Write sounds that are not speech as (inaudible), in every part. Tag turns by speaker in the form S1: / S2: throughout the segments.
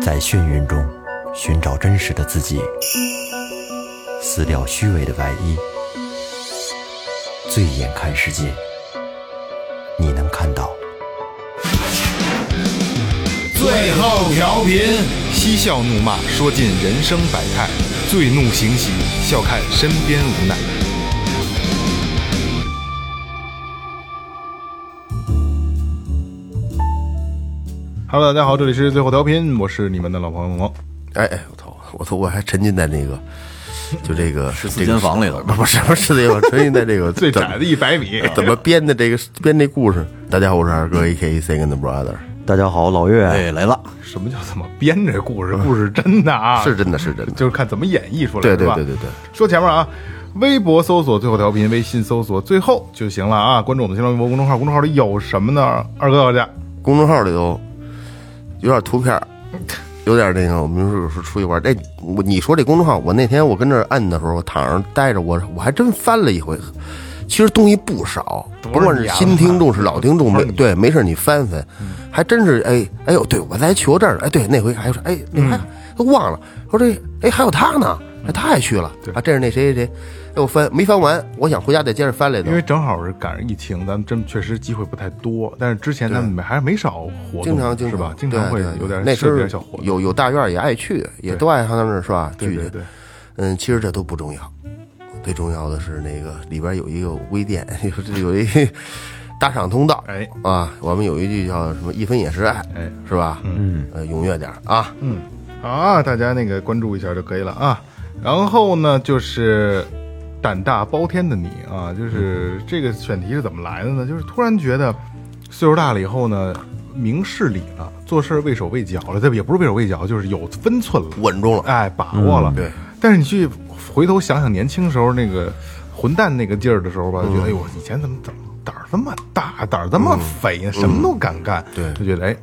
S1: 在眩晕中寻找真实的自己，撕掉虚伪的外衣，醉眼看世界，你能看到。
S2: 最后调频，
S3: 嬉笑怒骂，说尽人生百态；醉怒行喜，笑看身边无奈。Hello，大家好，这里是最后调频，我是你们的老朋友萌萌。
S4: 哎哎，我操！我操！我还沉浸在那个，就这个
S5: 十四
S4: 这个
S5: 间房里头
S4: 不不是不是这个，我沉浸在这个
S3: 最
S4: 怎
S3: 窄的一百米，
S4: 哎怎么编的这个编这故事。大家好，我是二哥 A K Second Brother，
S1: 大家好，老岳，
S5: 哎，来了，
S3: 什么叫怎么编这故事？故事真的啊，
S4: 是真的是真的，
S3: 就是看怎么演绎出来，
S4: 对
S3: 是
S4: 对
S3: 吧
S4: 对对对，
S3: 说前面啊，微博搜索最后调频，微信搜索最后就行了啊。关注我们新浪微博公众号，公众号里有什么呢？二哥告诉大家，
S4: 公众号里头有点图 (laughs) 片儿，有点那个，我们有时候出去玩儿。哎，我你说这公众号，我那天我跟这儿摁的时候，我躺上待着，我我还真翻了一回。其实东西不少，
S3: 多少
S4: 不管是
S3: 年了
S4: 新听众是老听
S3: 多
S4: 众，没
S3: 少年
S4: 对没事你嗯翻翻，还真是哎哎呦，对我在球这儿，哎对那回还说哎那还都忘了，说这哎还有他呢，哎他还去了啊，这是那谁谁谁，哎我翻没翻完，我想回家再接着翻来的
S3: 因，为正好是赶上疫情，咱们真确实机会不太多，但是之前咱们还是没少活动，
S4: 经常经常
S3: 是吧？经常会
S4: 对对
S3: 有点
S4: 那
S3: 是有
S4: 时
S3: 点小活
S4: 候
S3: 动，
S4: 有有大院儿也爱去，也都爱上那儿是吧？
S3: 对
S4: 聚
S3: 对
S4: 去
S3: 对。，
S4: 嗯，其实这都不重要，最重要的是那个里边有一个微店， (laughs) 有有一大厂通道，
S3: 哎
S4: 啊，我们有一句叫什么“一分也是爱”，
S3: 哎，
S4: 是吧？嗯，呃，踊跃点儿啊！
S3: 嗯，好啊，大家那个关注一下就可以了啊。然后呢，就是胆大包天的你啊，就是这个选题是怎么来的呢？就是突然觉得岁数大了以后呢，明事理了，做事畏手畏脚了，这也不是畏手畏脚，就是有分寸了，
S4: 稳重了，嗯
S3: 哎，把握了。
S4: 对，
S3: 但是你去回头想想年轻时候那个混蛋那个劲儿的时候吧，
S4: 嗯
S3: 就觉得哎呦，我以前怎么怎么胆儿这么大，胆儿这么肥呢，什么都敢干，
S4: 嗯对嗯
S3: 就觉得哎。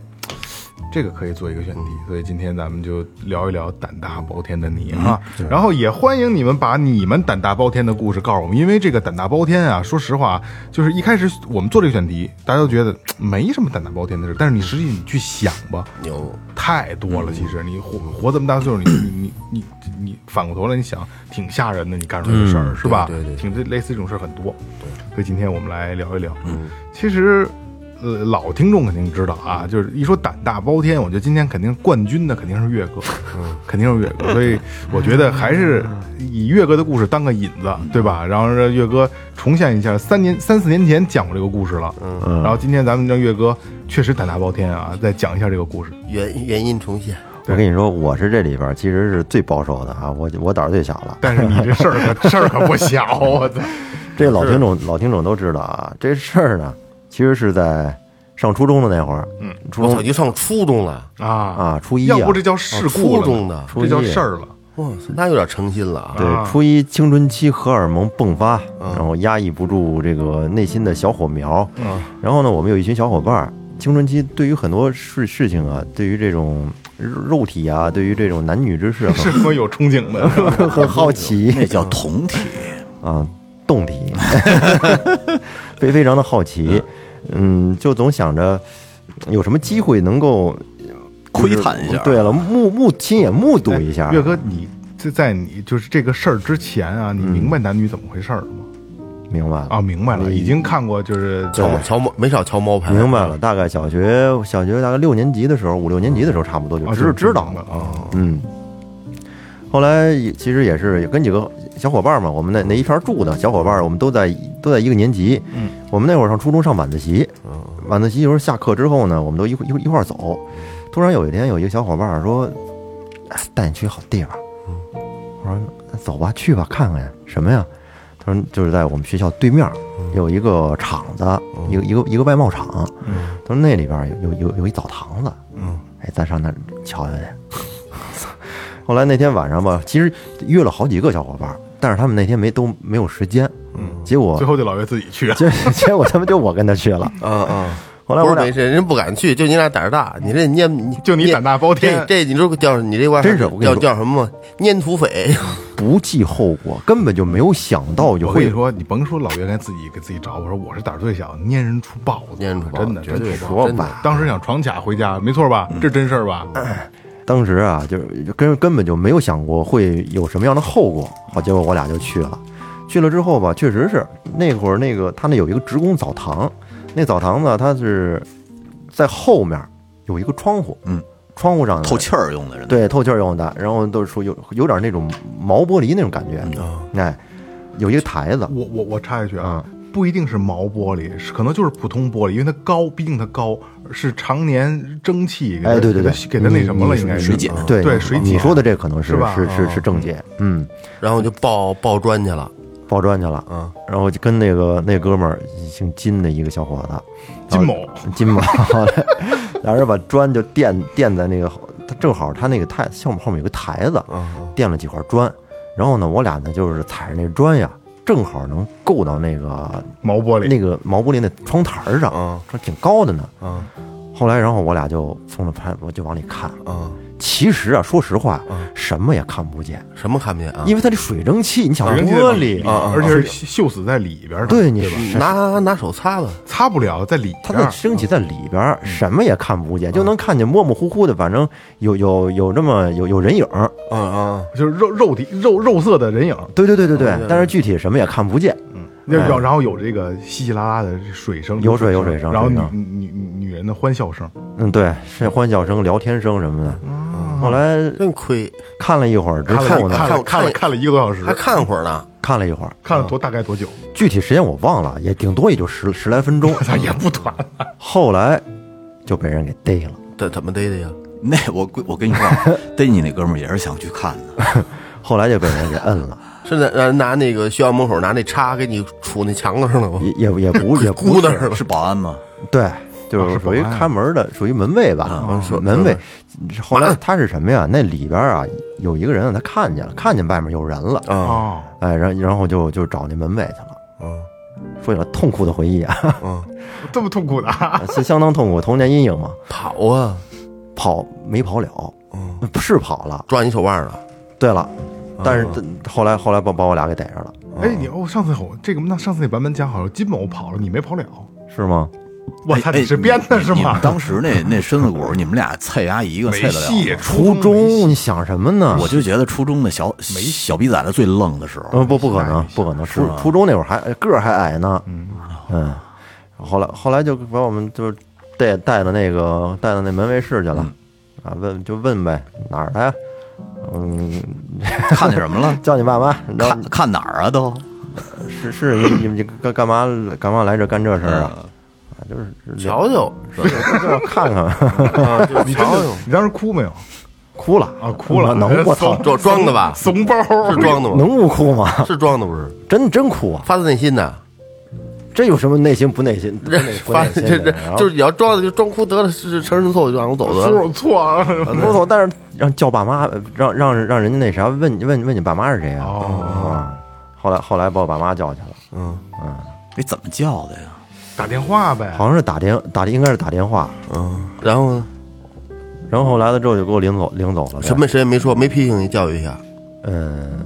S3: 这个可以做一个选题，所以今天咱们就聊一聊胆大包天的你啊，
S4: 嗯
S3: 然后也欢迎你们把你们胆大包天的故事告诉我们，因为这个胆大包天
S4: 嗯
S3: 啊，说实话，就是一开始我们做这个选题，大家都觉得嗯没什么胆大包天的事，但是你实际你去想吧，
S4: 牛，
S3: 太多了。其实你活活这么大岁数，你你你你你反过头来你想，挺吓人的。你干出来的事儿、是吧？
S4: 对对对
S3: 挺这类似这种事儿很多。对，所以今天我们来聊一聊。嗯，其实。呃，老听众肯定知道啊，就是一说胆大包天，我觉得今天肯定冠军的肯定是岳哥，嗯，肯定是岳哥，所以我觉得还是以岳哥的故事当个引子，对吧？然后让岳哥重现一下三年、三四年前讲过这个故事了，嗯，然后今天咱们让岳哥确实胆大包天啊，再讲一下这个故事。
S4: 原原因重现，
S3: 对
S1: 我跟你说，我是这里边儿其实是最保守的啊，我我胆儿最小了。
S3: 但是你这事儿可事儿可不小，我操！
S1: 这老听众老听众都知道啊，这事儿呢，其实是在上初中的那会儿，嗯，初
S4: 我操，
S1: 中
S4: 就哦上初中了，
S3: 啊
S1: 啊，初一啊，
S3: 要不这叫事故
S4: 初
S3: 了
S4: 中
S3: 呢，
S4: 的，
S1: 初
S3: 这
S1: 一啊
S3: 叫事儿了。
S4: 哇，那有点诚心了啊！
S1: 对，初一青春期荷尔蒙迸发，然后压抑不住这个内心的小火苗。然后呢，我们有一群小伙伴儿，青春期对于很多事事情啊，对于这种肉肉体啊，对于这种男女之事啊，
S3: 是会有憧憬的，
S1: (laughs)
S3: 是吧
S1: 很好奇。
S5: (laughs) 那叫同体，
S1: 啊，动体， (laughs) 非非常的好奇，嗯，就总想着有什么机会能够
S5: 窥探一下
S1: 对了，目目亲眼目睹一下，
S3: 哎岳哥，你这在你就是这个事儿之前啊，你明白男女怎么回事儿了
S1: 嗯
S3: 吗？
S1: 明白了
S3: 啊，明白
S1: 哎
S3: 了，已经看过就是啊
S4: 瞧瞧猫，没少瞧猫
S1: (laughs)
S4: 牌，啊
S1: 明白了，大概小学小学大概六年级的时候，五六年级的时候，差不多就
S3: 啊，
S1: 知、
S3: 就
S1: 知道
S3: 明白
S1: 了。
S3: 了啊。
S1: 嗯，后来也其实也是跟几个小伙伴嘛，我们那那一片儿住的小伙伴儿，我们都在都在一个年级。嗯，我们那会儿上初中上晚自习，晚自习有时候下课之后呢，我们都一块一块一块儿走。突然有一天，有一个小伙伴儿说：“哎带你去好地方。”我说：“走吧，去吧，看看呀，什么呀？”他说：“就是在我们学校对面儿有一个厂子，一个一个一个外贸厂。他说那里边儿有有有有一澡堂子。嗯，哎，咱上那儿瞧瞧去。” (laughs) 后来那天晚上吧，其实约了好几个小伙伴儿，但是他们那天没都没有时间。嗯，结果
S3: 最后就老岳自己去，
S1: 结 (laughs) 结果他们就我跟他去了。
S4: 啊啊！
S1: 后来
S4: 不
S1: 我
S4: 是没
S1: 俩
S4: 事，人不敢去，就你俩胆儿大，你这蔫，你
S3: 就你胆大包天
S4: 这这你说叫你这玩意
S1: 真是我跟你
S4: 叫
S1: 说
S4: 叫什么吗？粘土匪，
S1: 不计后果，根本就没有想到有
S3: 我跟你
S1: 会
S3: 说，你甭说老岳该自己给自己找，我说我是胆儿最小，蔫人出豹子，
S4: 蔫人出豹子
S3: 真的
S4: 绝对
S3: 真出
S4: 是
S3: 豹子
S1: 说吧，嗯
S3: 当时想闯卡回家，没错吧？这真事儿吧？
S1: 当时啊，就是就根根本就没有想过会有什么样的后果。好，结果我俩就去了。去了之后吧，确实是那会儿那个他那有一个职工澡堂，那澡堂子它是在后面有一个窗户，
S5: 嗯，
S1: 窗户上呢
S5: (laughs) 透气儿用的人，，
S1: 对，透气儿用的，然后都是说有有点那种毛玻璃那种感觉，
S5: 嗯
S1: 哎，有一个台子，
S3: 我我我插一句啊，
S1: 嗯
S3: 不一定是毛玻璃，是可能就是普通玻璃，因为它高，毕竟它高，是常年蒸汽给它
S1: 哎对对
S3: 给它
S1: 对
S3: 给它那什么了，
S1: 你
S3: 应该是
S5: 水碱
S3: 嗯
S1: 对
S3: 对水碱。
S1: 你说的这可能
S3: 是吧
S1: 是是
S3: 啊
S1: 是正解，嗯，
S4: 然后就抱抱砖去了，
S1: 抱砖去了，
S4: 嗯，
S1: 然后就跟那个那哥们儿姓金的一个小伙子，
S3: 金某
S1: 金毛， (laughs) 俩人把砖就垫垫在那个，他正好他那个太项目后面有个台子，
S3: 嗯
S1: 垫了几块砖，然后呢，我俩呢就是踩着那砖呀，正好能够到那个
S3: 毛玻璃，
S1: 那个毛玻璃那窗台上，说挺高的呢。
S4: 嗯
S1: 后来，然后我俩就从那拍，我就往里看。
S4: 嗯，
S1: 其实啊，说实话，什么也看不见，
S4: 什么看不见啊？
S1: 因为它这水蒸气，你想
S3: 啊人家在
S1: 玻
S3: 里
S1: 璃啊
S3: 边，而且是锈死在里边儿的，
S1: 对你
S3: 吧？
S4: 拿拿手擦吧，
S3: 擦不了，在里
S1: 它
S3: 边
S1: 那
S3: 儿。
S1: 升起在里边
S3: 嗯
S1: 儿，什么也看不
S3: 啊
S1: 见，就能看见模模糊糊的，反正有有有这么有有人影儿。
S4: 嗯嗯，
S3: 就是肉肉体肉肉色的人影，
S1: 对对对对
S3: 啊
S1: 对，但是具体什么也看不见。
S3: 那然后然后有这个稀稀拉拉的水声，
S1: 哎有水有水嗯声
S3: 然后
S1: 水
S3: 女
S1: 声
S3: 女女女人的欢笑声，
S1: 嗯，对，是欢笑声、聊天声什么的。后来
S4: 真亏，
S1: 看了一会儿之
S3: 嗯看
S1: 后呢，
S3: 了看了看了看了一个多小时，
S4: 还看会儿呢。
S1: 看了一会儿，
S3: 看了多大概多久？
S1: 具体时间我忘了，也顶多也就十十来分钟。
S3: 我操，哎也不短了。
S1: 后来就被人给逮了。
S4: 怎怎么逮的呀？
S5: (laughs) 那我跟我跟你说，逮你那哥们儿也是想去看的，
S1: 后来就被人给摁了，
S3: (laughs)
S4: 是拿拿拿那个学校门口拿那叉给你杵那墙上了
S3: 哦
S4: 吗？
S1: 也也也不也不
S4: 箍那儿了
S5: 是保安吗？
S1: 对，啊就是
S3: 是
S1: 属于
S3: 保安
S1: 看门的，属于门卫吧，啊门卫。后来他是什么呀？那里边啊有一个人啊，他看见了，看见外面有人了，
S4: 啊，
S3: 哦，
S1: 哎，然然后就就找那门卫去了。
S4: 嗯
S1: 说起来痛苦的回忆 (laughs) 啊，
S4: 嗯，
S3: 这么痛苦的啊，
S1: 是相当痛苦，童年阴影嘛。
S4: 跑啊，
S1: 跑没跑了，是跑了。
S4: 抓你手腕了，
S1: 对了，但是后来后来把把我俩给逮着了，
S5: 嗯
S3: 哎，你哦，上次我这个那上次那版本讲好像金某跑了，你没跑了。
S1: 是吗？
S3: 我操，
S5: 哎
S3: 你是编的是
S5: 你
S3: 吗
S5: 们？当时
S3: (laughs)
S5: 那那身子骨，你们俩菜牙一个
S3: 没
S5: 菜得了啊
S3: 戏，啊
S5: 吗。
S1: 初
S3: 中没戏
S1: 中，你想什么呢？
S5: 我就觉得初中的小小逼崽子最愣的时候，
S3: 哦
S1: 嗯，不，不可能，不可能。初初中那会儿还个儿还矮呢，嗯，后来后来就把我们就带带到那个带到那门卫室去了，啊，问就问呗，哪儿的呀？嗯，
S5: 看见什么
S3: (laughs)
S5: 了？
S1: 叫你爸妈，然后
S5: 看看哪儿啊都？
S1: 是是你你你干干嘛干嘛来这干这事儿啊？啊，就是
S4: 瞧瞧，
S1: 就就看看，
S4: 啊就
S3: 你真
S5: 哎
S4: 瞧
S3: 的
S4: 瞧，
S3: 你当时哭没有？
S1: 哭了
S3: 啊，哭了，
S1: 能我操
S3: 怂，
S4: 这装的
S3: (laughs)
S4: 吧？
S3: 怂包
S4: 是装的吗？
S1: 能不哭吗？
S4: 是装的不是？
S1: 真真哭啊！
S4: 发自内心的，
S1: 这有什么内心不内心？不
S4: 这
S1: 内不
S4: 发
S1: 内心
S4: 这
S1: 的
S4: 这
S1: 然后
S4: 就是你要装的就装哭得了，是承认错误就让我走得
S3: 说
S4: 了。
S3: 我错了。
S1: 不错，但是让叫爸妈，呃让让让人家那啥问问问你爸妈是谁啊？
S5: 哦
S1: 啊，后来后来把我爸妈叫去了，
S5: 你哎怎么叫的呀？
S3: 打电话呗，
S1: 好像是打电打应该是打电话，
S4: 嗯，然后呢？
S1: 然后后来了之后就给我领走领走了呗。
S4: 什么谁也没说，没批评你教育一下。
S1: 嗯，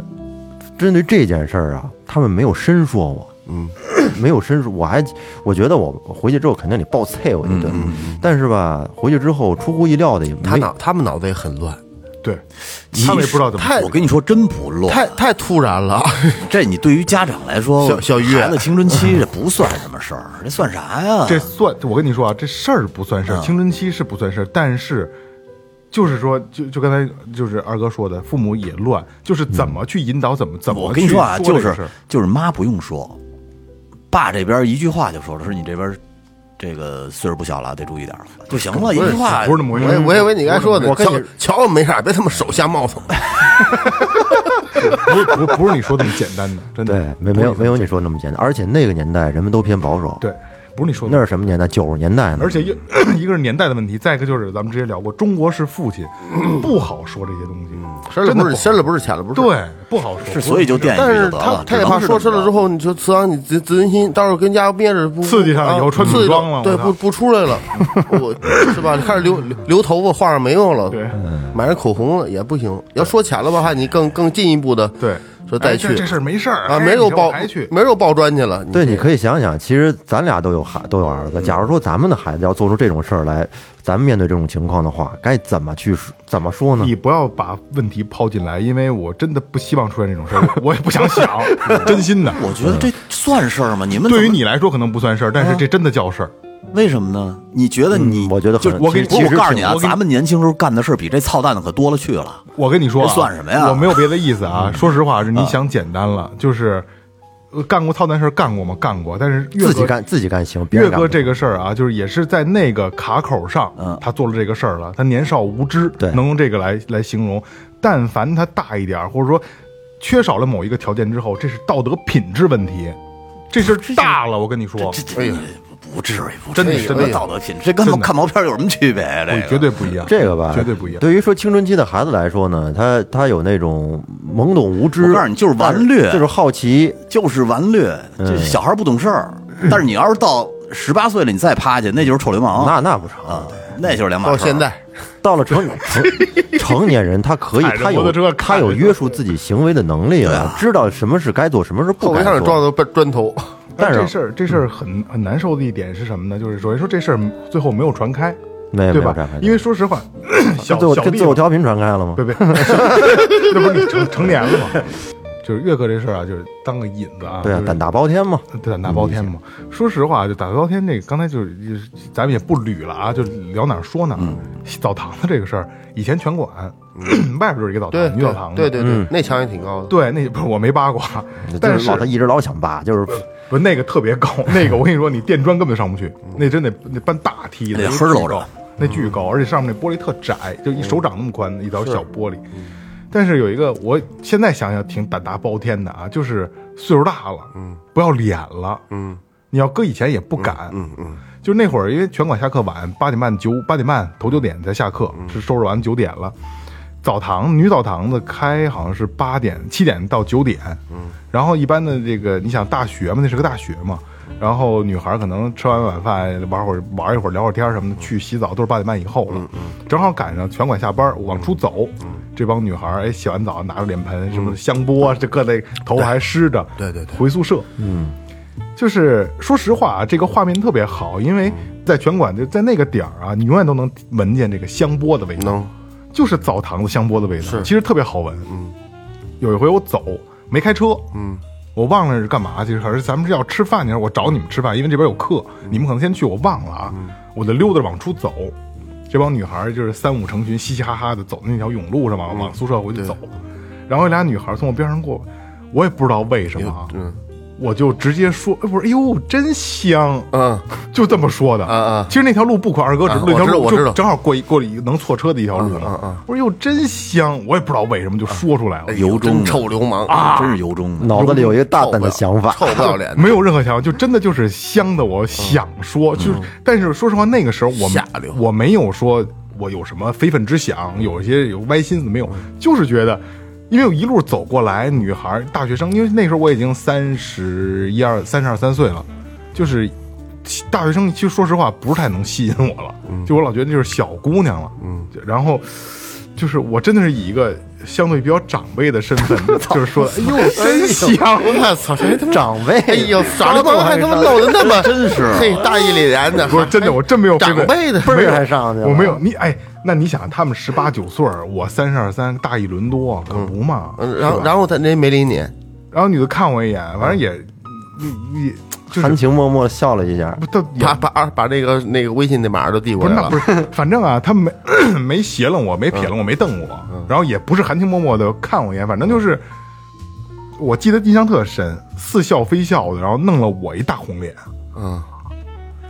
S1: 针对这件事儿啊，他们没有深说我，
S4: 嗯，
S1: (clears throat) 没有深说，我还我觉得我回去之后肯定得爆菜我一顿，但是吧，回去之后出乎意料的也没
S4: 他脑他们脑子也很乱，
S3: 对，他们也不知道怎么
S4: 太
S5: 我跟你说，真不乱。
S4: 太太突然了。
S5: 这你对于家长来说，
S4: 小小月
S5: 孩子青春期这不算什么事儿，这算啥呀？
S3: 这算，我跟你说啊，这事儿不算
S5: 嗯
S3: 事儿，青春期是不算事儿，但是就是说，就就刚才就是二哥说的，父母也乱，就是怎么呃去引导，怎么怎么。
S5: 嗯我跟你
S3: 说
S5: 说啊，
S3: 这
S5: 就
S3: 个
S5: 是
S3: 事儿
S5: 就是妈不用说，爸这边一句话就说了，说你这边这个岁数不小了，得注意点儿了，就行了，一句话
S3: 不是那么
S4: 我
S3: 回
S4: 也
S3: 事。
S4: 我以为你该说的，
S1: 我跟
S4: 瞧
S1: 你
S4: 瞧我没啥，别他妈手下冒头。
S3: 不是不是不是你说的那么简
S5: (laughs)
S3: 单的，真
S1: 对
S3: 的，
S1: 没没有没有你说那么简单，而且那个年代人们都偏保守，
S3: 对，不是你说的
S1: 那是什么年代？九十年代呢，
S3: 而且一 (clears throat) 一个是年代的问题，再一个就是咱们之前聊过，中国是父亲，
S5: 嗯
S3: 不好说这些东西，
S4: 深了
S3: 真的
S4: 不是
S3: 好
S4: 深了不是浅了不是。
S3: 对，不好说。
S5: 是所以就电
S4: 但
S5: 一句
S4: 是
S5: 哎就得
S4: 他
S5: 了。
S4: 他
S5: 只
S4: 也
S5: 能
S4: 怕
S5: 是
S4: 说
S5: 这
S4: 深
S5: 么
S4: 了
S5: 着
S4: 之后，你就自然你自自尊心，到时候跟家憋着不
S3: 刺激上了以后
S4: 啊
S3: 穿
S4: 刺激
S3: 女装了
S4: 对，
S3: 我操
S4: 不不出
S3: (laughs)
S4: 来了，我是吧？开始留留留头发，画上眉毛了，
S3: 对
S5: 嗯
S4: 买上口红了也不行。要说浅了吧，还你更更进一步的
S3: 对
S4: 说再
S3: 哎
S4: 去
S3: 这这事儿没事儿
S4: 啊，
S3: 哎
S4: 没有
S3: 你看我
S4: 抱
S3: 还去，
S4: 没有抱砖去了。
S1: 对，你
S4: 你
S1: 可以想想，其实咱俩都有孩都有儿子。假如说咱们的孩子要做出这种事儿来，咱们面对这种情况的话，该怎么去说怎么说呢
S3: 你？不要把问题抛进来，因为我真的不希望出现这种
S5: (laughs)
S3: 事儿，我我也不想想，
S5: 嗯
S3: 真心的。
S5: 我觉得这算事儿吗？你们
S3: 对于
S5: 怎么
S3: 你来说可能不算事儿，但
S5: 嗯
S3: 是这真的叫事儿。
S5: 为什么呢？你觉得你
S1: 嗯我觉得
S5: 就
S1: 很
S5: 我
S3: 其实
S5: 不是
S3: 其实
S5: 我告诉你啊
S3: 挺我，跟你
S5: 咱们年轻时候干的事儿比这操蛋的可多了去了。
S3: 我跟你说、啊，
S5: 这算什么呀嗯
S3: 我没有别的意思啊，说实话是你想简单了，就是呃干过操蛋事儿干过吗？干过，但是岳
S1: 自己
S3: 哥
S1: 干自己干行，别
S3: 岳
S1: 人干
S3: 哥
S1: 不
S3: 这个事儿啊，就是也是在那个卡口上，
S5: 嗯
S3: 他做了这个事儿了。他年少无知，
S1: 对
S3: 能用这个来来形容。但凡他大一点儿，或者说缺少了某一个条件之后，这是道德品质问题，这事儿大了。我跟你说，
S5: 这
S4: 哎
S5: 这
S4: 呀
S5: 不至于，不至
S3: 真的
S5: 于
S3: 是
S5: 什
S3: 真
S5: 么
S3: 的
S5: 道德品质，这跟
S3: 真的
S5: 看毛片有什么区别呀？这
S3: 我
S5: 个
S3: 绝对不一样，
S1: 这个吧，
S3: 绝对不一样。
S1: 对于说青春期的孩子来说呢，他他有那种懵懂无知，
S5: 我告诉你就是顽劣
S1: 但是就是好奇。
S5: 就是顽劣，这小孩不懂事儿。但是你要是到十八岁了，你再趴下，那就是臭流氓，
S1: 那那不成，
S5: 啊，那就是两码事
S4: 到
S5: 儿。
S4: 现在
S1: 到了成
S5: (laughs)
S1: 成成年人，他可以
S3: 踩着
S1: 他
S3: 摩托
S1: 有
S3: 车
S1: 他有约束自己行为的能力了，
S5: 啊
S1: 知道什么是该做，什么是不
S4: 后
S1: 该
S4: 背上撞
S1: 做。
S4: 到砖砖头，
S3: (laughs)
S1: 但
S3: 这
S1: 是
S3: 事儿这事儿很很难受的一点是什么呢？就是首先说这事儿最后没有传开，
S1: 没有
S3: 对
S1: 没有
S3: 吧
S1: 这样看？见
S3: 因为说实话，小
S1: 跟自我
S3: 小
S1: 跟
S3: 弟
S1: 自我
S3: 嘛
S1: 调频传开了吗
S3: 不？不， (laughs) 那不是你成成年了吗？ (laughs) 就是岳哥这事儿啊，就是当个引子啊，
S1: 对啊
S3: 就，是
S1: 胆大包天嘛。
S3: 对胆大包天嘛。说实话，就胆大包天这个，刚才就是就是咱们也不捋了啊，就聊哪儿说哪儿。
S4: 嗯
S3: 澡堂子这个事儿，以前全管， (clears throat) 外边就是一个澡
S4: 对
S3: 堂，女澡堂子，
S4: 对对对
S1: 嗯，
S4: 那墙也挺高的。
S3: 对，那不是我没扒过啊，但
S1: 就是
S3: 是
S1: 老他一直老想扒，就是
S3: 不是那个特别高，那个我跟你说，你垫砖根本上不去，那真得嗯那搬大嗯梯子，
S5: 那
S3: 巨
S5: 黑儿搂着
S3: 高，那巨高，而且上面那玻璃特窄，就一手掌那么宽的一道小玻璃。但是有一个，我现在想想挺胆大包天的啊，就是岁数大了，嗯，不要脸了，嗯，你要搁以前也不敢，嗯嗯，就那会儿因为拳馆下课晚，八点半九八点半头九点才下课，是收拾完九点了。澡堂女澡堂子开好像是八点七点到九点，嗯，然后一般的这个你想大学嘛，那是个大学嘛，然后女孩可能吃完晚饭玩会儿玩一会儿聊会儿天儿什么的，去洗澡都是八点半以后了，正好赶上拳馆下班，往出走，这帮女孩哎洗完澡拿着脸盆什么香波，这个那头还湿着，
S4: 对对对
S3: 回宿舍，嗯。就是说实话啊，这个画面特别好，因为在拳馆就在那个点儿啊，你永远都能闻见这个香波的味道。
S4: 能，
S3: 就是澡堂子香波的味道，其实特别好闻。嗯，有一回我走没开车，嗯，我忘了是干嘛去，可是咱们是要吃饭去，我找你们吃饭，因为这边有课，
S4: 嗯
S3: 你们可能先去，我忘了啊，我就溜达往出走。这帮女孩儿就是三五成群，嘻嘻哈哈的走那条甬路上嘛，
S4: 嗯
S3: 往宿舍回去走。然后有俩女孩儿从我边上过，我也不知道为什么啊，
S4: 嗯
S3: 我就直接说，哎，不是，哎呦，真香，
S4: 嗯，
S3: 就这么说的。
S4: 嗯嗯
S3: 其实那条路不宽，二哥只
S4: 嗯
S3: 那条路
S4: 我知道我嗯知
S3: 就
S4: 道
S3: 正好过一过了一个能错车的一条路嘛。我说哟，真香！我也不知道为什么
S4: 嗯
S3: 就说出来了，
S5: 由衷
S4: 真
S5: 的
S4: 臭流氓，
S3: 啊
S5: 真是由衷的。
S1: 脑子里有一个大胆的想法。
S4: 臭不要
S5: (laughs)
S4: 脸的，
S3: 没有任何想法，就真的就是香的，我想说，就是，但是说实话，那个时候我
S4: 下流
S3: 嗯我没有说我有什么非分之想，有一些有歪心思没有，就是觉得。因为我一路走过来，女孩儿、大学生，因为那时候我已经三十一二、三十二三岁了，就是大学生，其实说实话不是太能吸引我了，就我老觉得就是小姑娘了，嗯，然后就是我真的是以一个相对比较长辈的身 (laughs) 份，就是说，哎呦，真香，
S4: 我操，谁他妈
S1: 长辈，
S4: 哎呦，长得我还他妈露的那么，真是嘿大义凛然的，
S3: 啊不是真的，我真没有非分
S4: 长辈的
S1: (laughs) 辈儿还上去了
S3: 我没有你哎，那你想他们十八九岁儿，我三十二三，大一轮多，可不嘛。
S4: 嗯，然
S3: 是
S4: 后
S3: 吧
S4: 然后他那没理你，
S3: 然后女的看我一眼，反正也，你你就是
S1: 含情脉脉地笑了一下。
S3: 不都也
S4: 把把二把那个那个微信那码儿都递
S3: 不
S4: 过
S3: 是
S4: 来
S3: 那
S4: 了
S3: 不，是，反正啊，他没 (clears throat) 没斜楞我，没撇楞我，没瞪我，
S4: 嗯
S3: 然后也不是含情脉脉的看我一眼，反正就是，我记得印象特深，似笑非笑的，然后弄了我一大红脸。
S4: 嗯，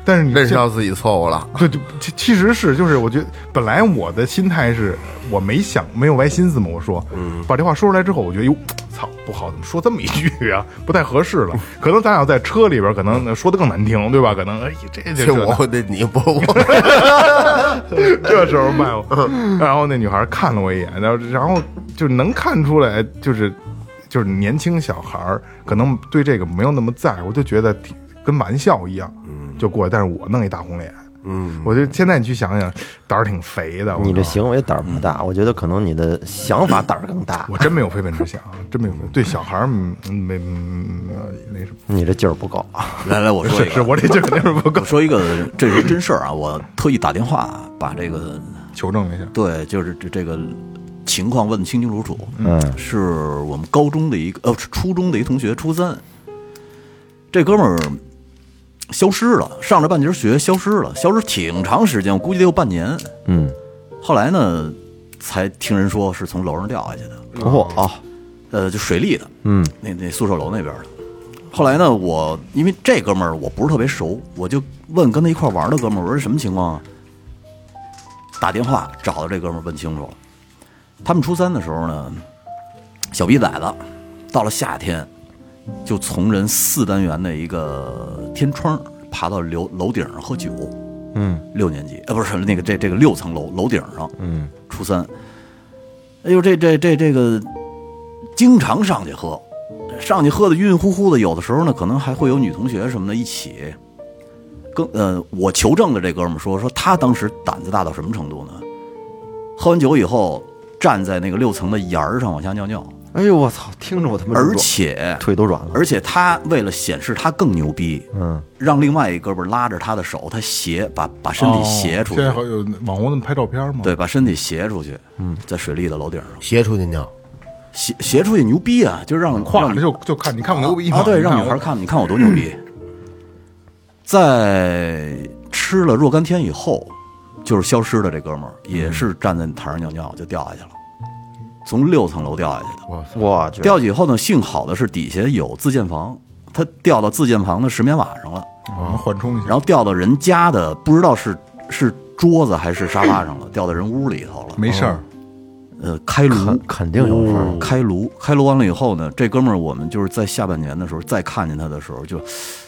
S3: 但是你
S4: 认识
S3: 现
S4: 到自己错误了，
S3: 对，就其其实是就是，我觉得本来我的心态是我没想没有歪心思嘛，我说，嗯，把这话说出来之后，我觉得哟，操，不好，怎么说这么一句啊，不太合适了。可能咱俩在车里边，可能说的更难听，对吧？可能哎，这这
S4: 这
S3: 这
S4: (laughs) 我会对你不
S3: (laughs)
S4: 我。
S3: 这时候卖我，
S5: 嗯
S3: 然后那女孩看了我一眼，然后然后就能看出来，就是就是年轻小孩儿可能
S5: 嗯
S3: 对这个没有那么在乎，就觉得挺跟玩笑一样，就过来，但是我弄一大红脸，嗯，我就现在你去想想，胆儿挺肥的。我
S1: 你这
S3: 告诉
S1: 行为胆儿不大，我觉得可能你的想法胆儿更大
S3: 你，，我真没有非分之
S5: (laughs)
S3: 想，真没有。对小孩儿嗯没嗯呃那什么，
S1: 你这劲儿不够。啊
S5: 来来，我说
S3: 是
S5: 一个，
S3: (laughs) 是我这劲儿就是不够
S5: (laughs) 我，说一个，这是真事儿啊！我特意打电话把这个
S3: 求证一下。
S5: 对，就是这这个情况问得清清楚楚。
S1: 嗯，
S5: 是我们高中的一个呃是初中的一同学，初三，这哥们儿消失了，上着半截学消失了，消失挺长时间，我估计得有半年。
S1: 嗯，
S5: 后来呢，才听人说是从楼上掉下去的，
S1: 哦啊，
S5: 呃，就水利的，
S1: 嗯
S5: 那那宿舍楼那边的。后来呢，我因为这哥们儿我不是特别熟，我就问跟他一块儿玩的哥们儿，我说什么情况啊？打电话找到这哥们儿问清楚了。他们初三的时候呢，小逼崽子到了夏天，就从人四单元的一个天窗爬到楼楼顶上喝酒。
S1: 嗯
S5: 六年级，呃，不是那个这这个六层楼楼顶上，
S1: 嗯
S5: 初三，哎呦，这这这这个经常上去喝，上去喝的晕晕乎乎的，有的时候呢，可能还会有女同学什么的一起。跟呃，我求证的这哥们儿说，说他当时胆子大到什么程度呢？喝完酒以后，站在那个六层的沿儿上往下尿尿，
S1: 哎呦我操，听着我他妈
S5: 而且
S1: 腿都软了。
S5: 而且他为了显示他更牛逼，
S1: 嗯，
S5: 让另外一哥们儿拉着他的手，他斜把把身
S1: 哦
S5: 体斜出去，
S3: 哦现在好有网红那么拍照片吗？
S5: 对，，把身体斜出去，嗯，在水利的楼顶上
S4: 斜出去尿，
S5: 斜斜出去牛逼啊，就是让
S3: 跨
S5: 让
S3: 着就就看你看我牛逼吗？
S5: 啊，对，
S3: 你看
S5: 让
S3: 我
S5: 女
S3: 嗯
S5: 孩看你看我多牛逼。在吃了若干天以后，就是消失的这哥们儿，
S3: 嗯
S5: 也是站在台上尿尿就掉下去了，从六层楼掉下去的。
S1: 我去，
S5: 掉下去以后呢，幸好的是底下有自建房，他掉到自建房的石棉瓦上了。
S3: 啊缓冲一下，
S5: 然后掉到人家的，不知道是是桌子还是沙发上了，掉到人屋里头了。
S3: 没事儿，
S4: 哦
S5: 呃，开炉
S1: 肯肯定有事儿。
S5: 开炉，开炉完了以后呢，这哥们儿我们就是在下半年的时候再看见他的时候就，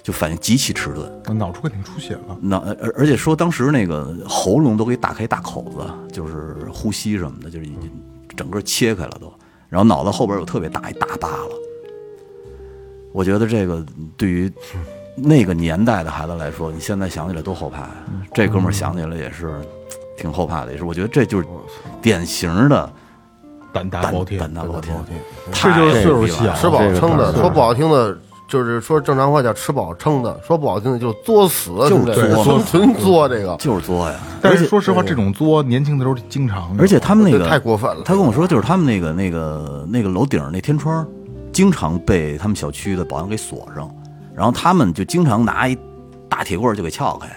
S5: 就反应极其迟钝，
S3: 脑出肯定出血了。
S5: 那而而而且说当时那个喉咙都给打开一大口子，就是呼吸什么的，就是已经整个切开了都，然后脑子后边有特别大一大疤了。我觉得这个对于那个年代的孩子来说，你现在想起来都后怕呀。这哥们儿想起来也是挺后怕的，也是我觉得这就是典型的
S3: 胆大
S5: 胆
S3: 包天，
S5: 胆大包天，
S3: 这就是岁数小
S4: (laughs) 吃饱撑的。
S1: 这个
S4: 说不好听的，就是说正常话叫吃饱撑的；说不好听的，就是作死，
S5: 就是
S4: 你知道吗
S5: 作
S4: 纯纯
S5: (laughs)
S4: 作这个，
S5: 就是作呀。
S3: 但
S5: 而
S3: 是
S5: 且
S3: 说实
S4: 嗯
S3: 话，这种作年轻的时候经常有，
S5: 而且他们那
S4: 这
S5: 个
S4: 太过分了
S5: 他跟我说，就是他们那个那个那个楼顶儿那天窗，经常被他们小区的保安给锁上，然后他们就经常拿一大铁棍儿就给撬开，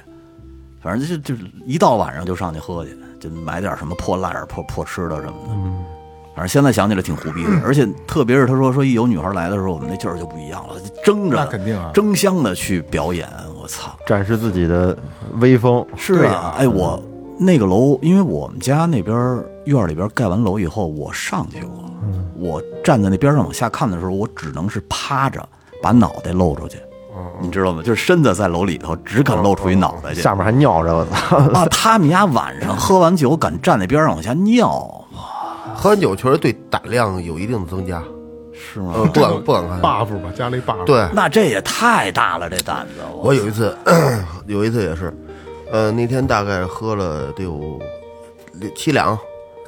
S5: 反正就就是一到晚上就上去喝去，就买点儿什么破烂儿、破破吃的什么的。
S3: 嗯
S5: 反正现在想起来挺胡
S3: (clears throat)
S5: 逼的，而且特别是他说说一有女孩来的时候，我们那劲儿就不一样了，就争着
S3: 那肯定啊
S5: 争相的去表演，我操！
S1: 展示自己的威风，
S5: 是
S3: 对
S5: 啊
S3: 啊，
S5: 哎，我那个楼，因为我们家那边儿院儿里边儿盖完楼以后，我上去过，
S4: 嗯
S5: 我站在那边上往下看的时候，我只能是趴着把脑袋露出去，
S4: 嗯
S5: 你知道吗？就是身子在楼里头，只敢露出一脑袋去。
S1: 下面还尿着，我操！
S5: 啊，他们家晚上喝完酒敢站那边上往下尿，
S4: 喝完酒确实对胆量有一定的增加，
S5: 是吗？
S4: 呃，不敢不敢看。
S3: buff 吧，加了一 buff。，
S4: 对，
S5: 那这也太大了，这胆子！我
S4: 我有一次， (clears throat) 有一次也是，呃，那天大概喝了得有六七两、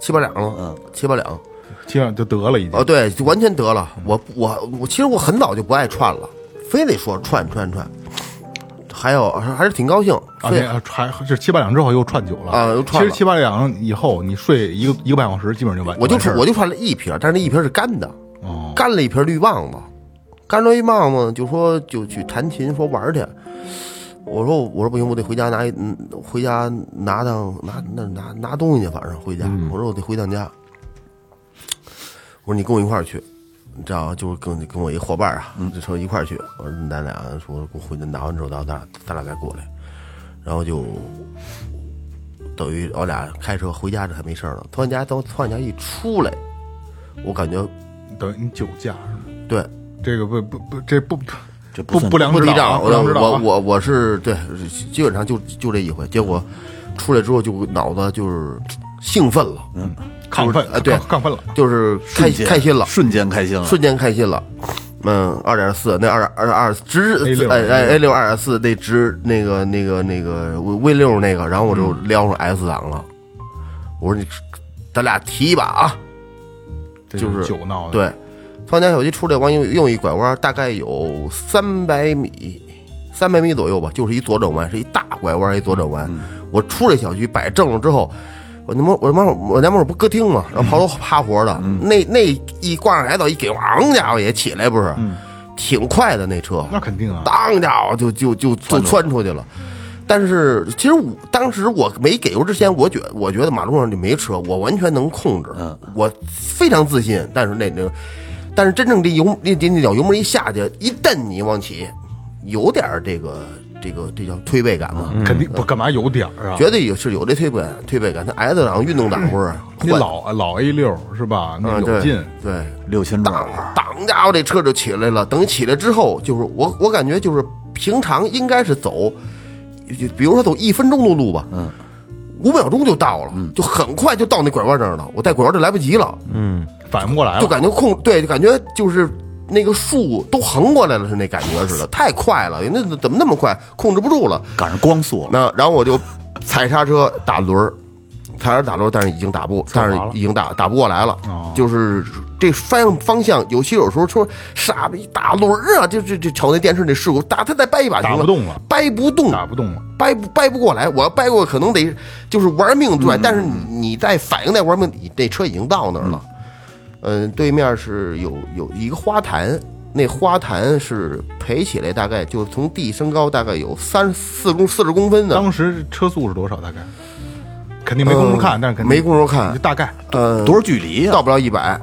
S4: 七八两了，
S5: 嗯，
S4: 七八两。
S3: 这样就得了已经
S4: 哦，。对，就完全得了。我我我，其实我很早就不爱串了，非得说串串串。还有还是挺高兴，
S3: 啊，
S4: 非
S3: 那啊还是七八两之后又串酒了
S4: 啊又串了
S3: 其实七八两以后，你睡一个一个半小时，基本上就完。
S4: 我就
S3: 完事
S4: 吃
S3: 儿了
S4: 我就串了一瓶，但是那一瓶是干的，
S3: 哦，
S4: 干了一瓶绿棒子，干了一棒子就说就去弹琴说玩儿去。我说我说不行，我得回家拿一嗯回家拿趟拿那拿拿东西去，反正回家。我说我得回趟家。我说你跟我一块儿去，你知道吗就是跟跟我一伙伴儿啊，就说一块儿去。我说咱俩说给我回去拿完之后，咱俩咱俩再过来，然后就等于我俩开车回家，这还没事儿呢。从俺家到从俺家一出来，我感觉
S3: 等于你酒驾是吗，
S4: 对
S3: 这个不不不，这不
S5: 这不
S3: 不
S5: 算
S3: 不良
S4: 不
S3: 指
S4: 抵
S3: 导啊，
S4: 账，
S3: 不良指导
S4: 我
S3: 啊。
S4: 我我是对，基本上就就这一回。结果出来之后就脑子就是兴奋了，
S3: 亢奋
S4: 啊对
S3: 亢亢奋了。
S4: (laughs) 就是开
S5: 嗯瞬间
S4: 开心了，
S5: 瞬间开心了，
S4: 瞬间开心了。嗯，二点四那二二二直
S3: A6
S4: 哎哎 A 六二点四那直那个那个那个 V 六那个，然后我就
S3: 嗯
S4: 撩上 S 档了，我说你咱俩提一把啊，
S3: 这
S4: 就是是
S3: 酒闹的，
S4: 对，方家小区出来往右右一拐弯，大概有三百米，三百米左右吧，就是一左转弯，是一大拐弯，一左转弯。我出来小区摆正了之后，我他妈我他妈我家门口不歌厅嘛，然后好多趴活的，那那一挂上来到一给王家伙也起来不是，挺快的那车，
S3: 那肯定啊，
S4: 当家伙就就就就窜出去了。但是其实我当时我没给油之前，我觉我觉得马路上就没车，我完全能控制，我非常自信。但是那那，但是真正这油那那那脚油门一下去，一蹬你往起，有点儿这个这个这叫推背感嘛，
S3: 肯定不干嘛有点儿啊，
S4: 嗯绝对有是有这推背感推背感。它 S 档运动档不是
S3: 你老老 A 六是吧？那
S4: 啊嗯
S3: 有
S4: 对
S3: 劲，
S4: 对，
S5: 六千转，
S4: 啊当家伙这车就起来了。等起来之后，就是我我感觉就是平常应该是走，就比如说走一分钟的路吧，嗯，五秒钟就到了，就很快就到那拐弯那儿了。我带拐弯就来不及了，
S3: 反应不过来
S4: 就
S3: 了，
S4: 感觉控对，就感觉就是那个树都横过来了，是那感觉似的，太快了，那怎么那么快，控制不住了。
S5: 赶上光速了，
S4: 那然后我就踩刹车打轮儿，踩刹车打轮儿，但是已经打不，但是已经打打不过来了。
S3: 哦
S4: 就是这方方向，尤其有时候说傻逼打轮儿啊，就这这瞅那电视那事故，打他再掰一把行
S3: 打不动了，
S4: 掰不动，
S3: 打不动了，
S4: 掰不掰不过来。我要掰过，可能得就是玩命
S3: 嗯
S4: 拽，但是你你在反应在玩命，你那车已经到那儿了。嗯，对面是有有一个花坛，那花坛是培起来大概就是从地升高大概有三四公四十公分的，
S3: 当时车速是多少？大概肯定没工夫看，
S4: 嗯
S3: 但是肯定
S4: 没工夫看
S3: 就大概
S4: 呃，
S5: 多少距离呀
S4: 到？不了一百，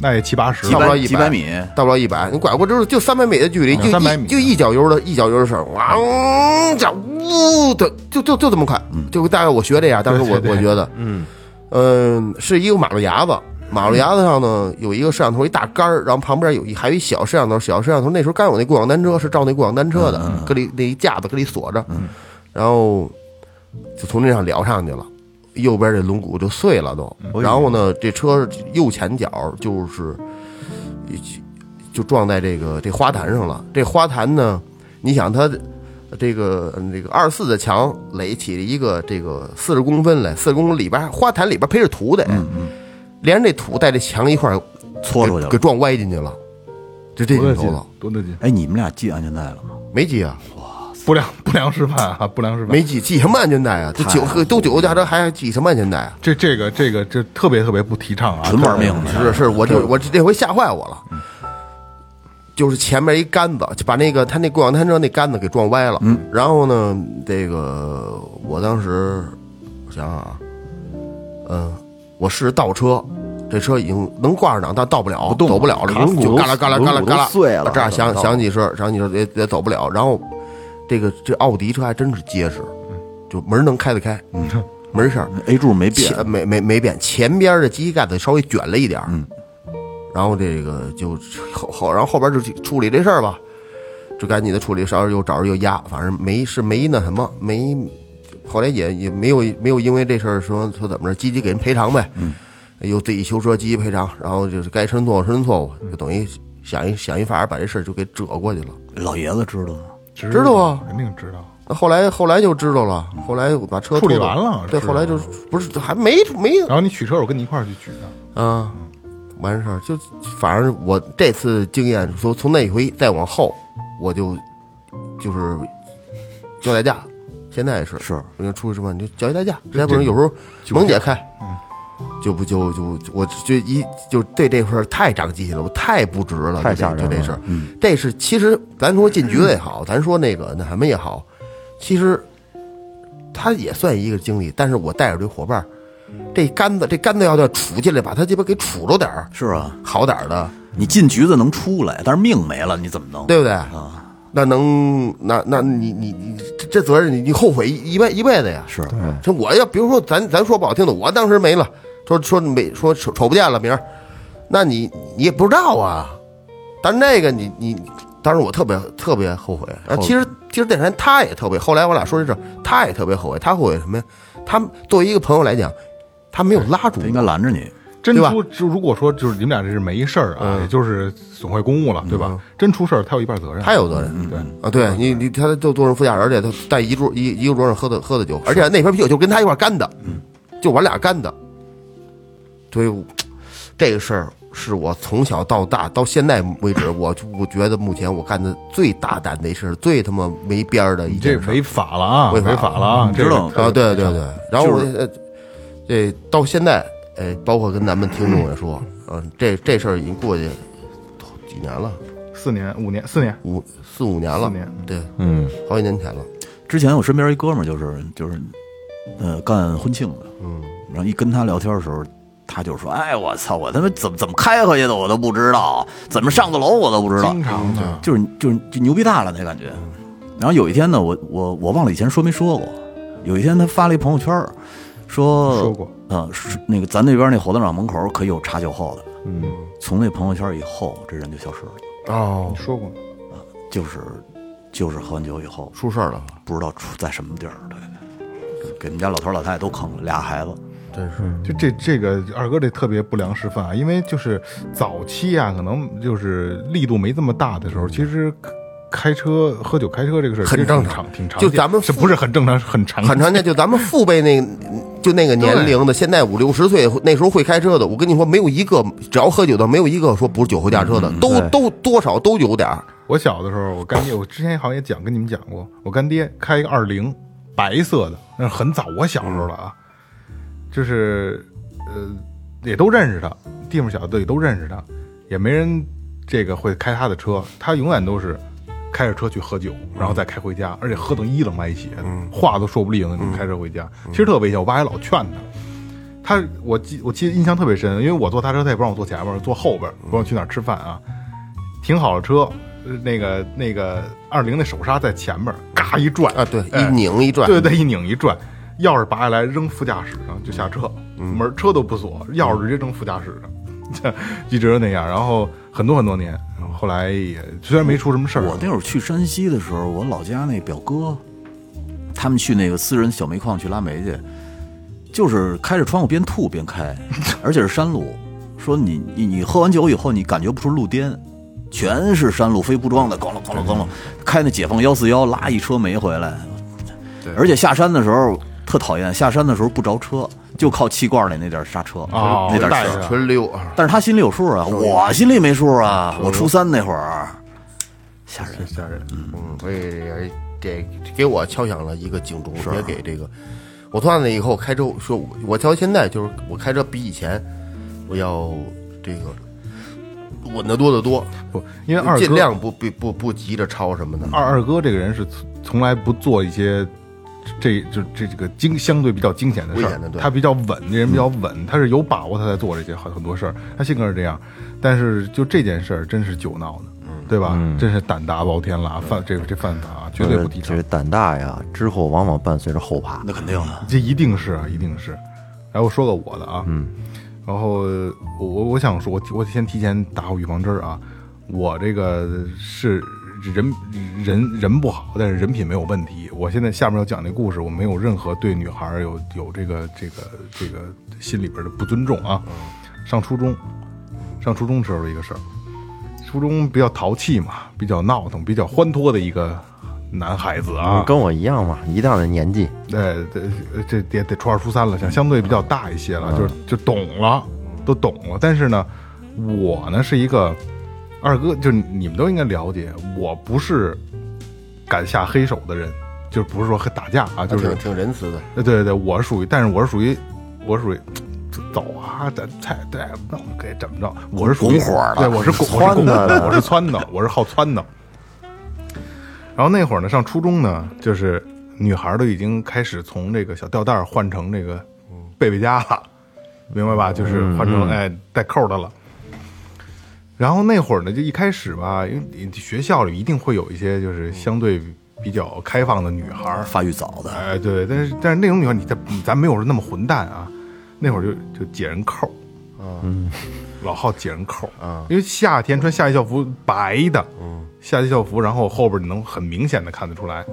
S3: 那也七八十
S5: 几
S4: 到
S3: 了
S4: 不了
S5: 百
S4: 一百
S5: 几百米，
S4: 到不了一百，你拐过之后就三百米的距离，
S3: 两
S4: 就
S3: 嗯三百
S4: 一
S3: 米
S4: 就一脚油的，一脚油的事儿，哇，嗯这样呜的，就就就这么快，就大概我学这样，当时
S3: 嗯
S4: 我
S3: 对对对
S4: 我觉得，嗯嗯，是一个马路牙子。马路牙子上呢有一个摄像头，一大杆儿，然后旁边有一还有一小摄像头，小摄像头那时候刚有那共享单车，是照那共享单车
S3: 嗯
S4: 的，搁里那一架子搁里锁着，然后就从那上聊上去
S3: 嗯
S4: 了，右边这轮毂就碎了都，然后呢这车右前脚就是就撞在这个这花坛上了。这花坛呢，你想它这个嗯这个二四的墙垒起了一个这个四十公分来，四十公分里边儿花坛里边儿培着土的，连着这土带这墙一块儿
S5: 搓嗯出去
S4: 给
S5: 了。
S4: 撞歪进去了，就这
S3: 多
S4: 个
S3: 得
S4: 头
S3: 劲
S4: 了，，
S3: 多得劲，
S5: 哎，你们俩系安全带了吗？
S4: 没系啊，
S3: 不良 (laughs) 不良示范啊，不良示范
S4: 没。系，系什么安全带啊？这酒喝都酒后驾车还系什么安全带啊？
S3: 这这个这个这特别特别不提倡啊，
S5: 纯玩命的
S4: 嗯是是，我这我这回吓坏我了。
S1: 嗯
S4: 就是前面一杆子，就把那个他那共享单车那杆子给撞歪了。嗯，然后呢，这个我当时我想想啊，嗯，我试着倒车，这车已经能挂上档，但倒不了，
S5: 动了
S4: 走不了了，
S1: 卡
S4: 就
S1: 骨
S4: 就
S1: 都
S4: 嘎啦嘎啦嘎啦
S1: 轮毂都
S4: 嘎啦啊
S1: 碎了
S4: 这样
S1: 都
S4: 想
S1: 到
S4: 想几声，想几声也也走不了。然后这个这奥迪车还真是结实，
S1: 嗯
S4: 就门能开得开，嗯，没事儿。
S5: A 柱没变，
S4: 前没没没变，前边的机盖子稍微卷了一点儿，
S3: 嗯
S4: 然后这个就后后，然后后边就去处理这事儿吧，就赶紧的处理，稍微又找人又压，反正没是没那什么，没后来也也没有没有因为这事儿说说怎么着，积极给人赔偿呗，
S3: 嗯
S4: 又自己修车积极赔偿，然后就是该申错误申错误，就等于想一想一法儿把这事儿就给折过去了。
S5: 老爷子知道吗？
S3: 知
S4: 知道啊
S3: 肯定知道。
S4: 那后来后来就知道了，后来我把车
S3: 处理
S4: 拖走
S3: 完了
S4: 对，
S3: 知
S4: 后来
S3: 道
S4: 就
S3: 了
S4: 不是还没没
S3: 然后你取车，我跟你一块儿去取的。
S4: 啊，完事儿就反正我这次经验，说从那一回再往后，我就就是叫代驾，现在也是
S5: 是，
S4: 我就出去吃饭就叫一代驾，实在不行有时候萌姐开，就不就就就我就一就对这块儿太长记性了，我太不值了，
S1: 太
S4: 就这
S1: 吓人
S4: 就这
S1: 了嗯
S4: 事儿，这是其实咱说进局子也好，咱说那个那什么也好，其实他也算一个经历，但是我带着这伙伴儿。这杆子，这杆子要要杵进来，把他鸡巴给杵着点儿，
S5: 是啊，
S4: 好点儿的，
S5: 你进局子能出来，但是命没了，你怎么弄？
S4: 对不对？那能，那那你你你这这责任你你后悔一一辈一辈子呀！
S5: 是，
S4: 这我要比如说咱咱说不好听的，我当时没了，说说没说瞅瞅不见了明儿，那你你也不知道啊。但是那个你你，当时我特别特别后悔。啊，其实其实那人他也特别，后来我俩说这事儿，他也特别后悔。他后悔什么呀？他作为一个朋友来讲，他没有拉住
S5: 他
S4: 我
S5: 应该拦着你。
S3: 真
S4: 对吧
S3: 出就如果说就是你们俩这是没事儿
S4: 嗯
S3: 啊，也就是损坏公务了，对吧？真出事儿，他有一半责任，
S4: 他有责任。
S3: 对，
S4: 啊，对你你他就坐上副驾驶，而且他带一桌一一个桌上喝的喝的酒，而且那瓶啤酒就跟他一块儿干的，
S3: 嗯
S4: 就我俩干的。所以我这个事儿是我从小到大到现在为止，我就我觉得目前我干的最大胆的一事，最他妈没边儿的一
S3: 你这
S4: 件事
S3: 违法了啊，
S4: 违
S3: 违
S4: 法了
S3: 法了啊，
S5: 嗯知道
S3: 这个
S4: 啊！对对对，然后我
S5: 就
S4: 呃这到现在，哎，包括跟咱们听众也说，嗯、这这事儿已经过去几年了，
S3: 四年、五年、四年，
S4: 五四五年了，
S3: 四年
S4: 对，
S1: 嗯，
S4: 好几年前了，
S5: 之前我身边一哥们儿就是就是，呃，干婚庆的，嗯，然后一跟他聊天的时候，他就说：“哎，我操，我他妈怎么怎么开回去的我都不知道，怎么上的楼我都不知道，嗯
S3: 经常的，
S5: 就是就是就牛逼大了那感觉。”然后有一天呢，我我我忘了以前说没说过，有一天他发了一朋友圈儿，
S4: 嗯
S5: 说
S3: 说过，
S5: 呃，是那个咱那边那火葬场门口可有查酒后的，嗯，从那朋友圈以后，这人就消失了，
S4: 哦
S3: 你，说过，
S5: 就是就是喝完酒以后，
S4: 出事儿了。
S5: 不知道出在什么地儿，对，给给我们家老头儿老太太都坑了，俩孩子，
S3: 就这这个二哥这特别不良示范啊，因为就是早期啊，可能就是力度没这么大的时候，其实开车喝酒开车这个事儿
S4: 很
S3: 挺
S4: 正
S3: 常
S4: 常
S3: 挺常
S4: 就
S3: 见
S4: 咱们
S3: 是不是很正常，很常
S4: 很常见，就咱们父辈那，就那个年龄的，现在五六十岁那时候会开车的，我跟你说，没有一个只要喝酒的，没有一个说不是酒后驾车的，都都多少都有点儿。
S3: 我小的时候，我干爹，我之前好像也讲跟你们讲过，我干爹开一个二零，白色的，那是很早我小时候了啊，就是呃也都认识他，地方小的也都认识他，也没人这个会开他的车，他永远都是开着车去喝酒，然后再开回家，而且喝的一愣歪斜的，
S4: 嗯
S3: 话都说不利索，你开车回家，其实特危险，我爸还老劝他。他我记我记得印象特别深，因为我坐他车，他也不让我坐前边儿，坐后边儿，不让我去哪儿吃饭啊。停好了车，呃那个那个二零那手刹在前面，嘎一转
S4: 啊，对，
S3: 哎
S4: 一拧一转，
S3: 对对，一拧一转，钥匙拔下来扔副驾驶上就下车，
S4: 嗯
S3: 门车都不锁，钥匙直接扔副驾驶上， (laughs) 一直那样。然后很多很多年，后来也虽然没出什么事儿，啊
S5: 我那会儿去山西的时候，我老家那表哥，他们去那个私人小煤矿去拉煤去，就是开着窗户边吐边开，而且是山路。说你你你喝完酒以后，你感觉不出路颠，全是山路，非铺装的，咣啷咣啷咣
S3: 嗯
S5: 啷，开那解放幺四幺拉一车煤回来。而且下山的时候特讨厌，下山的时候不着车，就靠气罐里那点儿刹车，
S3: 哦
S5: 那点
S3: 带
S5: 儿
S3: 着
S5: 车。
S4: 纯溜啊，
S5: 但是他心里有数啊，我心里没数啊。我初三那会儿，吓人。
S3: 吓人。
S4: 嗯，所以这这给我敲响了一个警钟，别给这个。我从那以后开车，说我我到现在就是我开车比以前我要这个稳得多得多，
S3: 不，因为二
S4: 尽
S3: 哥
S4: 量不不不不急着超什么的。
S3: 二二哥这个人是从从来不做一些这这这这个惊相对比较惊险的事
S4: 危险的
S3: 儿，
S4: 对嗯
S3: 他比较稳，这人比较稳，他是有把握他才做这些很很多事儿，他性格是这样。但是就这件事儿，真是酒闹的，
S4: 嗯
S3: 对吧？真是胆大包天了啊，犯这个这犯法啊绝嗯对不提倡
S1: 这，胆大呀，之后往往伴随着后怕。
S5: 那肯定的，
S3: 这一定是啊，一定是。然后说个我的啊，嗯，然后我我我想说，我我先提前打好预防针儿啊，我这个是人人人不好，但是人品没有问题。我现在下面要讲这故事，我没有任何对女孩儿有有这个这个这个心里边儿的不尊重啊。上初中，上初中时候的一个事儿，初中比较淘气嘛，比较闹腾，比较欢脱的一个男孩子啊，
S1: 跟我一样嘛，一样的年纪，
S3: 哎，这这得得初二初三了，相相对比较大一些了，就是就懂了，都懂了。但是呢，我呢是一个二哥，就是你们都应该了解，我不是敢下黑手的人，就是不是说打架啊，就是
S4: 挺挺仁慈的，
S3: 对对对，我是属于，但是我是属于，我是属于。走啊，这菜对，那我给怎么着？我是属于
S5: 拱火了
S3: 对，我是拱，我是拱
S1: 窜的
S3: 火，我是窜的，我是好窜的。然后那会儿呢，上初中呢，就是女孩儿都已经开始从这个小吊带儿换成这个贝贝佳了，明白吧？就是换成哎带扣儿的了。然后那会儿呢，就一开始吧，因为你学校里一定会有一些就是相对比较开放的女孩儿，
S5: 发育早的，
S3: 哎，对，但是但是那种女孩，你咱咱没有那么混蛋啊，那会儿就就解人扣，嗯，老好解人扣啊，因为夏天穿夏季校服白的，嗯，夏季校服，然后后边你能很明显的看得出来，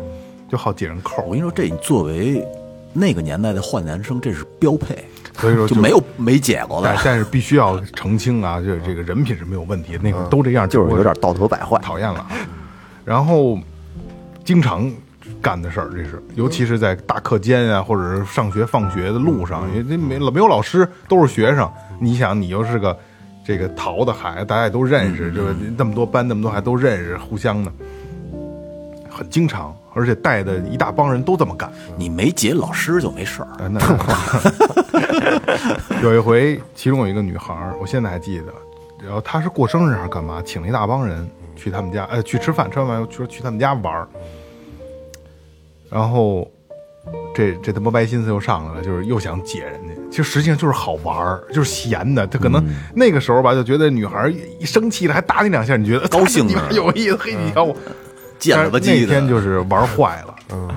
S3: 就好解人
S5: 我
S3: 扣，
S5: 跟你说，这你作为那个年代的坏男生，这是标配。
S3: 所以说
S5: 就没有没解过
S3: 但
S5: 的。
S3: 哎但是必须要澄清啊，就是这个人品是没有问题，那会儿都这样，
S1: 就是有点
S3: 只不
S1: 道
S3: 过
S1: 德败坏。
S3: 讨厌了啊。然后经常干的事儿，这是，尤其是在大课间啊，或者是上学放学的路上，因为这没没有老师，都是学生。你想，你又是个这个淘的孩子，大家也都认识，就是那么多班，那么多孩子都认识，互相的很经常，而且带的一大帮人都这么干。
S5: 你没解老师就没事儿，
S3: 啊，那那 (laughs) 有一回，其中有一个女孩儿，我现在还记得，然后她是过生日还是干嘛，请了一大帮人去他们家，呃，去吃饭，吃完饭又去说去他们家玩儿，然后这这他妈歪心思又上来了，就是又想解人家，其实实际上就是好玩儿，就是闲的，她可
S5: 嗯
S3: 能那个时候吧，就觉得女孩儿一生气了还打你两下，你觉得
S5: 高
S3: (laughs)
S5: 兴嗯
S3: 你
S5: 着
S3: 妈有意思，嘿，你瞧我。
S5: 见了吧
S3: 但是
S5: 唧
S3: 那天
S5: 的。
S3: 就是玩坏了，嗯，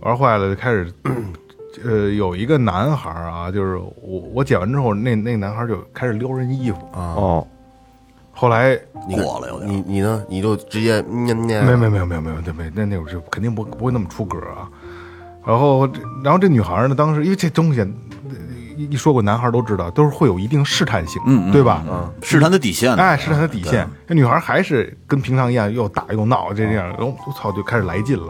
S3: 玩坏了就开始， (clears throat) 呃，有一个男孩儿啊，就是我我剪完之后，那那男孩儿就开始撩人衣服，
S1: 哦，
S3: 后来
S4: 你
S5: 过了有点
S4: 你你呢？你就直接咩咩，
S3: 没没没有没有没有对没那那会儿就肯定不不会那么出格啊。然后这然后这女孩儿呢，当时因为这东西呃一一说过，男孩儿都知道，都是会有一定试探性，嗯，对吧？嗯，
S5: 是他的底线呢，
S3: 哎，是她的底线。这女孩还是跟平常一样，又打又闹，这这样，然后我操，就开始来劲了，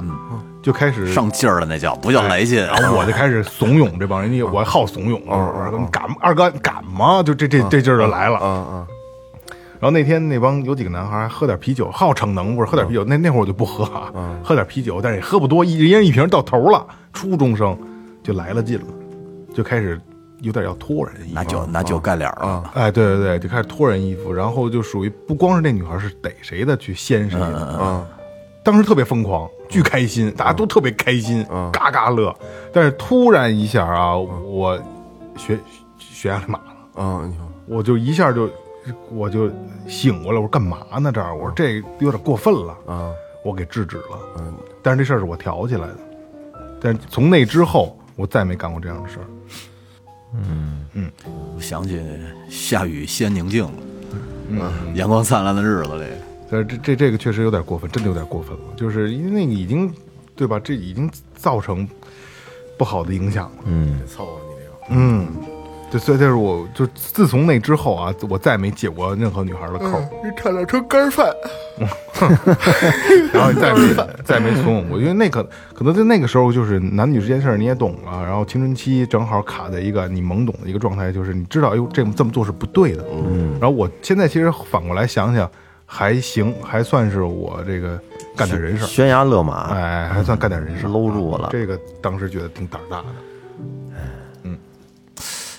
S3: 就开始
S5: 上劲儿了，那叫不叫来劲？
S3: 哎然后我就开始怂恿这帮人，因为我好怂恿，我说你敢吗二哥你敢吗？就这这这劲儿就来了。嗯嗯。然后那天那帮有几个男孩喝点啤酒，好逞能不是喝点啤酒，那那会儿我就不喝啊，喝点啤酒，但是也喝不多，一一人一瓶到头了。初中生就来了劲了，就开始有点要拖人衣服
S5: 拿酒拿酒盖脸儿了，
S3: 哎，对对对，就开始脱人衣服，然后就属于不光是那女孩是逮谁的去掀谁的，嗯，当时特别疯狂，巨开心，大家都特别开心，嘎嘎乐。但是突然一下啊，我学悬崖勒马了，
S4: 嗯，你说
S3: 我就一下就我就醒过来，我说干嘛呢这儿？我说这有点过分了，
S4: 啊，
S3: 我给制止了，嗯，但是这事儿是我挑起来的，但是从那之后我再没干过这样的事儿。
S5: 我想起下雨先宁静了，嗯，阳光灿烂的日子里，
S3: 但是这这这个确实有点过分，真的有点过分了，就是因为那个已经，对吧？这已经造成不好的影响了。
S1: 嗯，
S4: 凑合你这个，
S3: 嗯，对，所以就是我就自从那之后啊，我再没解过任何女孩的扣，
S4: 你差点成干饭，
S3: 然后再没再没怂恿过，因为那可可能在那个时候就是男女之间的事儿你也懂了，然后青春期正好卡在一个你懵懂的一个状态，就是你知道，哎呦，这么这么做是不对的。嗯，然后我现在其实反过来想想，还行，还算是我这个干点人事儿。
S1: 悬崖勒
S5: 啊
S1: 马，
S3: 哎，还算干点人事儿，
S1: 搂住了
S3: 这个当时觉得挺胆儿大的。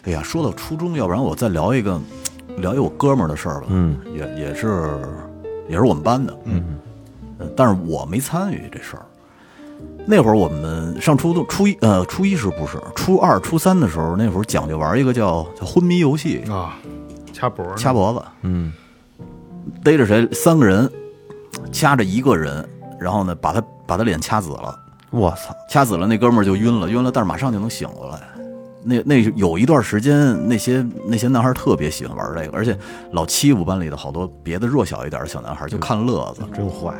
S5: 哎呀，说到初中，要不然我再聊一个，聊一我哥们儿的事儿吧。嗯，也也是也是我们班的。嗯，但是我没参与这事儿。那会儿我们上初中，初一呃初一时不是，初二、初三的时候，那会儿讲究玩一个叫叫昏迷游戏，
S3: 啊，掐脖儿呢
S5: 掐脖子。嗯，逮着谁三个人，掐着一个人，然后呢把他把他脸掐紫了。
S1: 我操，
S5: 掐死了，那哥们儿就晕了，晕了，但是马上就能醒过来。那那有一段时间，那些那些男孩特别喜欢玩这个，而且老欺负班里的好多别的弱小一点的小男孩，就看乐子。
S1: 真坏，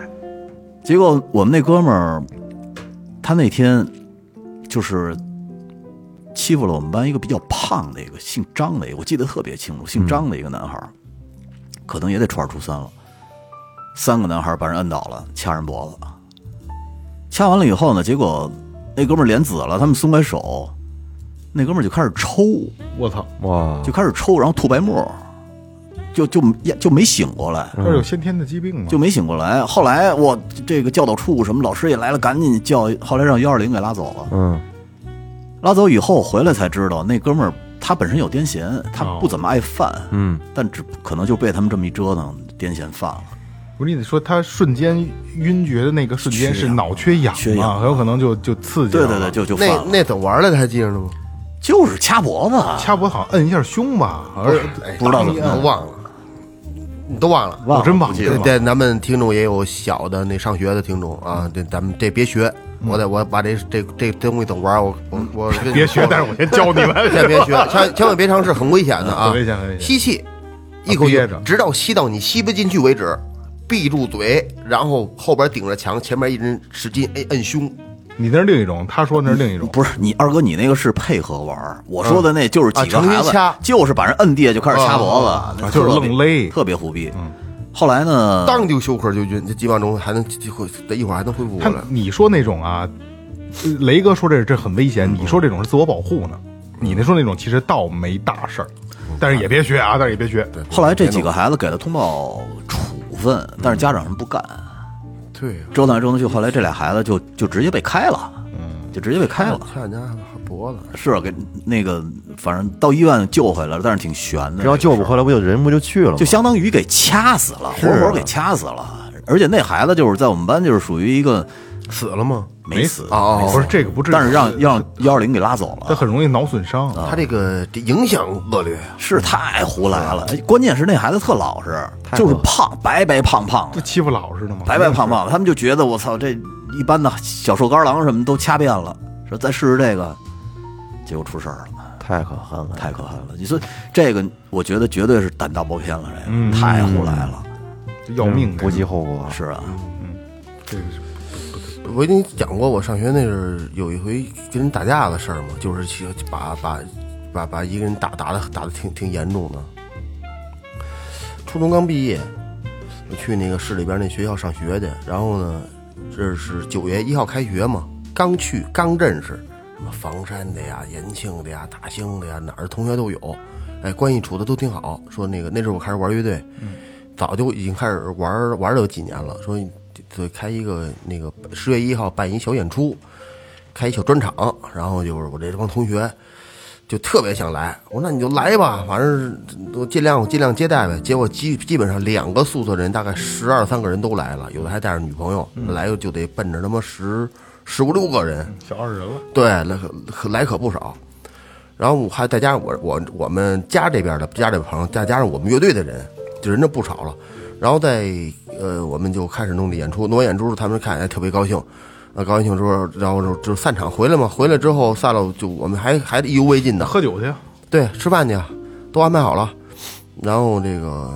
S5: 结果我们那哥们儿，他那天就是欺负了我们班一个比较胖的一个姓张的一个，我记得特别清楚，姓张的一个男孩儿，可能也得初二初三了。三个男孩儿把人摁倒了，掐人脖子，掐完了以后呢，结果那哥们儿脸紫了，他们松开手，那哥们儿就开始抽，
S3: 我操，
S1: 哇，
S5: 就开始抽，然后吐白沫儿，就就就没醒过来。
S3: 这有先天的疾病吗？
S5: 嗯就没醒过来。后来我这个教导处什么老师也来了，赶紧叫，后来让幺二零给拉走了。
S1: 嗯，
S5: 拉走以后回来才知道，那哥们儿他本身有癫痫，他
S3: 哦
S5: 不怎么爱犯，
S1: 嗯，
S5: 但只可能就被他们这么一折腾，癫痫犯了。
S3: 不是你得说他瞬间晕厥的那个瞬间
S5: 缺
S3: 是
S5: 氧
S3: 脑缺氧
S5: 缺
S3: 嘛，
S5: 氧
S3: 很有可能就就刺激
S5: 对
S3: 了。
S5: 对对，就就犯
S4: 那
S5: 了，
S4: 那怎么玩来的还记着呢吗？
S5: 就是掐脖子，
S3: 掐脖好像摁一下胸吧，而哎
S5: 不知道怎么
S4: 我
S5: 弄
S4: 忘了，你都忘了。
S3: 我
S5: 忘了
S3: 真忘
S5: 不记得
S3: 了
S5: 了
S4: 对，咱们听众也有小的那上学的听众啊，
S5: 嗯
S4: 这咱们这别学，我得我把这这这东西等玩儿，我
S5: 嗯
S4: 我我跟你
S3: 别学
S4: 说，
S3: 但是我先教你们。
S4: (laughs) 先别学，千千万别尝试，很危险的啊！
S3: 很危险很危险啊
S4: 吸气，一口气
S3: 憋着
S4: 直到吸到你吸不进去为止，闭住嘴，然后后边顶着墙，前面一人使劲摁摁胸，
S3: 你那是另一种，他说那是另一种，
S5: 不是你二哥，你那个是配合玩儿，我说
S3: 嗯
S5: 的那就是几个
S4: 啊成
S5: 孩
S4: 天
S5: 子，
S4: 掐
S5: 就是把人摁地下就开始掐脖子，那
S3: 啊就是
S5: 特别
S3: 愣勒嗯
S5: 特别虎逼。后来呢，
S4: 当就休克就晕，这几秒钟还能会，一会儿还能恢
S5: 嗯
S4: 复过
S3: 他
S4: 来。
S3: 你说那种啊，雷哥说这这很危
S5: 嗯
S3: 险，你说这种是自我保护呢，你那说那种其实倒没大事儿，
S5: 嗯
S3: 但是也别学啊，但是也别学，
S5: 后来这几个孩子给了通报处分，但是家长是不干，
S4: 对啊呀，
S5: 折腾来折腾去，后来这俩孩子就就直接被开了，就直接被开了。
S4: 看人家还脖子，
S5: 是啊给那个，反正到医院救回来了，但是挺悬的。
S1: 只要救不回来，不就人不就去了吗？
S5: 就相当于给掐死了，活活给掐死了。而且那孩子就是在我们班就是属于一个
S4: 死了吗？
S5: 没死，
S4: 哦
S5: 没死
S4: 哦
S3: 不是啊这个不至于
S5: 但是让让幺二零给拉走
S3: 他 (laughs)
S5: 了，
S3: 很容易脑损伤。
S4: 他这个这影响恶劣啊，
S5: 是太胡来了。哎关键是那孩子特老实，就是胖，白白胖胖
S3: 就
S5: 的，
S3: 欺负老实的嘛，
S5: 白白胖胖的。他们就觉得我操，这一般的小瘦干狼什么都掐遍了，说再试试这个，结果出事儿了。
S1: 太可恨了，
S5: 太可恨了！你说这个，我觉得绝对是胆大包天了，这个、太胡来了。
S3: 要
S4: 嗯
S3: 命
S1: 嗯
S3: 的
S1: 不计后果。
S5: 是啊，
S3: 这个是
S4: 我跟你讲过，我上学那是有一回跟人打架的事儿嘛，就是其实把把把把一个人打打的打的挺挺严重的。初中刚毕业，我去那个市里边那学校上学去，然后呢，这是九月一号开学嘛，刚去刚认识，什么房山的呀、延庆的呀、大兴的呀，哪儿的同学都有，哎，关系处的都挺好。说那个那时候我开始玩乐队，早就已经开始玩玩了有几年了，说得开一个那个十月一号办一小演出，开一小专场，然后就是我这帮同学就特别想来，我说那你就来吧，反正我尽量我尽量接待呗。结果基基本上两个宿舍人大概十二三个人都来了，有的还带着女朋友，来就得奔着他妈十十五六个人，
S3: 小二人了，
S4: 对，来可可来可不少。然后我还再加上我我我们家这边的家里朋友，再加上我们乐队的人，就人这不少了。然后再呃，我们就开始弄这演出，弄完演出他们看哎特别高兴，呃高兴之后，然后就就散场回来嘛，回来之后散了就我们还还意犹未尽的，
S3: 喝酒去啊，
S4: 对，吃饭去，啊，都安排好了。然后这个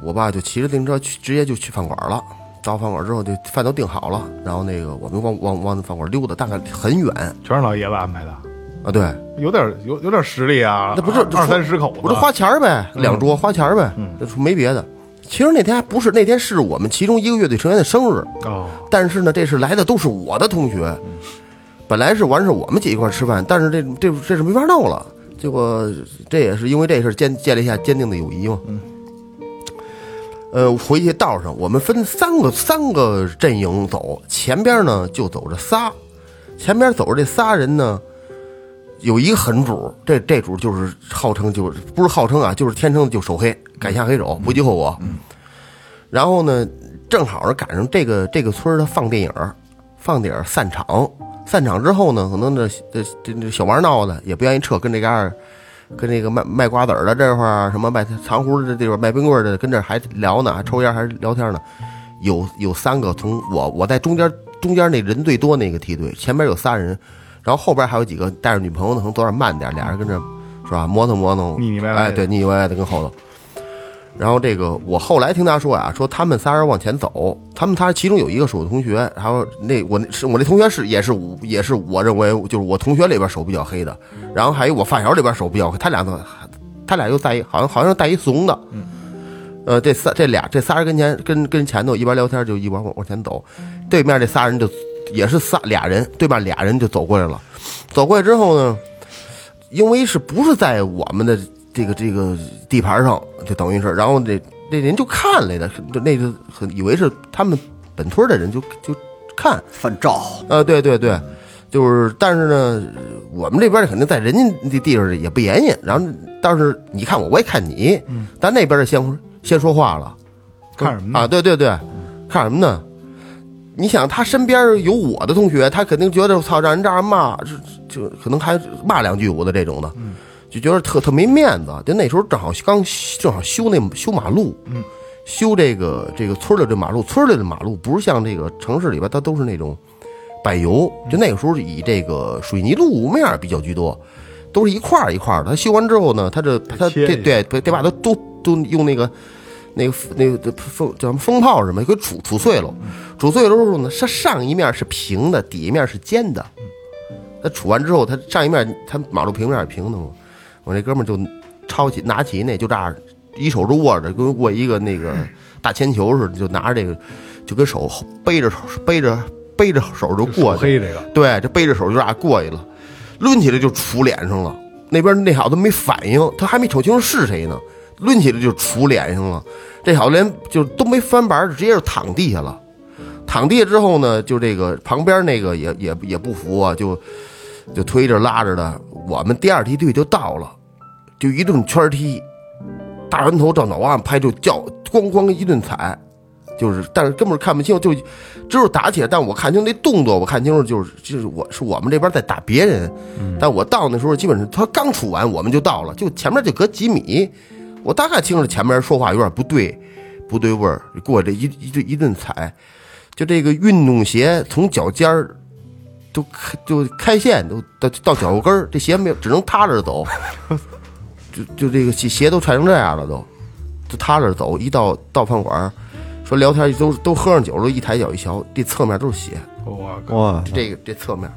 S4: 我爸就骑着自行车去，直接就去饭馆了。到饭馆之后，就饭都订好了，然后那个我们往往往那饭馆溜达，大概很远啊，
S3: 全是老爷子安排的，
S4: 对，
S3: 有点有有点实力啊，
S4: 那不是
S3: 二二三十口子，
S4: 不是花钱儿呗，两桌花钱儿呗，这没别的。其实那天还不是，那天是我们其中一个乐队成员的生日，
S3: 哦，
S4: 但是呢，这是来的都是我的同学，本来是完是我们姐一块儿吃饭，但是这这这是没法弄了。结果这也是因为这事儿建建立一下坚定的友谊嘛。呃，回去道上我们分三个三个阵营走，前边呢就走着仨，前边走着这仨人呢，有一个狠主，这这主就是号称就是不是号称啊，就是天生就手黑，敢下黑手，不计后果。然后呢，正好是赶上这个这个村儿他放电影儿，放电影儿散场，散场之后呢，可能这这这这小玩闹的也不愿意撤，跟这嘎儿，跟那个卖卖瓜子儿的这块儿，什么卖糖葫芦的地方卖冰棍儿的，跟这儿还聊呢，还抽烟还聊天呢。有有三个从我我在中间中间那人最多那个梯队，前边有仨人，然后后边还有几个带着女朋友的，可能走点慢点儿，俩人跟这儿是吧磨蹭磨蹭，
S3: 腻腻歪歪
S4: 哎，
S3: 的
S4: 对，腻腻歪歪的跟后头。然后这个我后来听他说啊，说他们仨人往前走，他们仨其中有一个是我同学，还有那我那是我那同学是也是我也是我认为就是我同学里边手比较黑的，然后还有我发小里边手比较黑，他俩都他俩又带一好像好像带一怂的，呃，这仨这俩这仨人跟前跟跟前头一边聊天就一边往往前走，对面这仨人就也是仨俩人，对面俩人就走过来了，走过来之后呢，因为是不是在我们的这个这个地盘上，就等于是，然后这那人就看来的，就那就很以为是他们本村的人就就看，
S5: 犯照，
S4: 啊，对对对，就是，但是呢，我们这边肯定在人家那地方也不严严，然后但是你看我，我也看你，但那边的先先说话了，
S3: 嗯看什么呢
S4: 啊？对对对，看什么呢？你想他身边有我的同学，他肯定觉得我操，让人这样骂，这这可能还骂两句我的这种的，就觉得特特没面子。就那时候正好刚正好修那修马路，修这个这个村里的马路，村里的马路不是像这个城市里边，它都是那种柏油，就那个时候是以这个水泥路面比较居多，都是一块儿一块儿的。它修完之后呢，它这它
S3: 切
S4: 这对对把它都都用那个那个那个风叫什么风炮什么，给煮煮碎了。煮碎了之后呢，上上一面是平的，底一面是尖的。它杵完之后，它上一面它马路平面是平的嘛，我那哥们儿就抄起拿起那就这样，一手就握着，跟握一个那 (laughs) 个大铅球似的，就拿着这个，就跟手背着手背着背着手就过去，
S3: 黑这个，
S4: 对，这背着手就这样过去了，抡起来就杵脸上了。那边那小子没反应，他还没瞅清楚是谁呢，抡起来就杵脸上了。这小子连就都没翻白眼，直接就躺地下了。躺地下之后呢，就这个旁边那个也也也不服啊，就就推着拉着的。我们第二梯队就到了，就一顿圈踢，大人头照脑案拍，就叫咣咣一顿踩，就是但是根本看不清，就只有打起来。但我看清那动作，我看清楚就是就是我是我们这边在打别人，但我到那时候基本上他刚处完我们就到了，就前面就隔几米，我大概听着前面说话有点不对，不对味儿，过来这一一顿一顿踩，就这个运动鞋从脚尖儿。都开就开线都到到脚后跟儿，这鞋没有，只能塌着走，就就这个鞋鞋都踹成这样了都，就塌着走。一到到饭馆儿，说聊天都都喝上酒了，一抬脚一瞧，这侧面都是血，
S3: 我靠，
S1: 哇，
S4: 这个这侧面，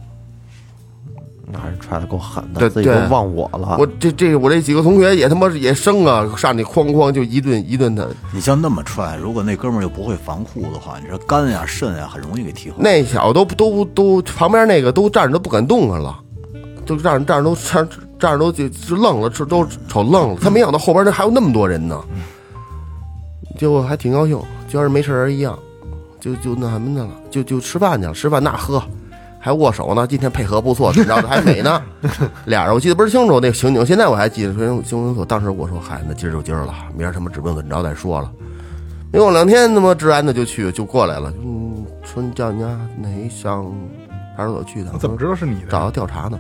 S1: 那人踹的够狠的，
S4: 对
S1: 自己都
S4: 对
S1: 忘我了。
S4: 我这这我这几个同学也他妈也生啊，上去哐哐就一顿一顿的。
S5: 你像那么踹，如果那哥们儿又不会防护的话，你这肝呀、肾呀，很容易给踢坏。
S4: 那小子都都都旁边那个都站着都不敢动弹了，都站着站着都站站着都就就愣了，这都瞅愣了。他没想到后边那还有那么多人呢，结果还挺高兴，就像是没事人一样，就就那什么的了，就就吃饭去了，吃饭那喝。还握手呢，今天配合不错，怎么着的还美
S3: (laughs)
S4: 呢？俩人我记得倍儿清楚，那个情景，现在我还记得非常清楚。当时我说：“嗨，那今儿就今儿了，明儿他妈指不定怎么着再说了。”没有两天，他妈治安的就去就过来了，嗯，说你叫你家哪上派出所去的？
S3: 我怎么知道是你
S4: 找
S3: 的？
S4: 到调查呢？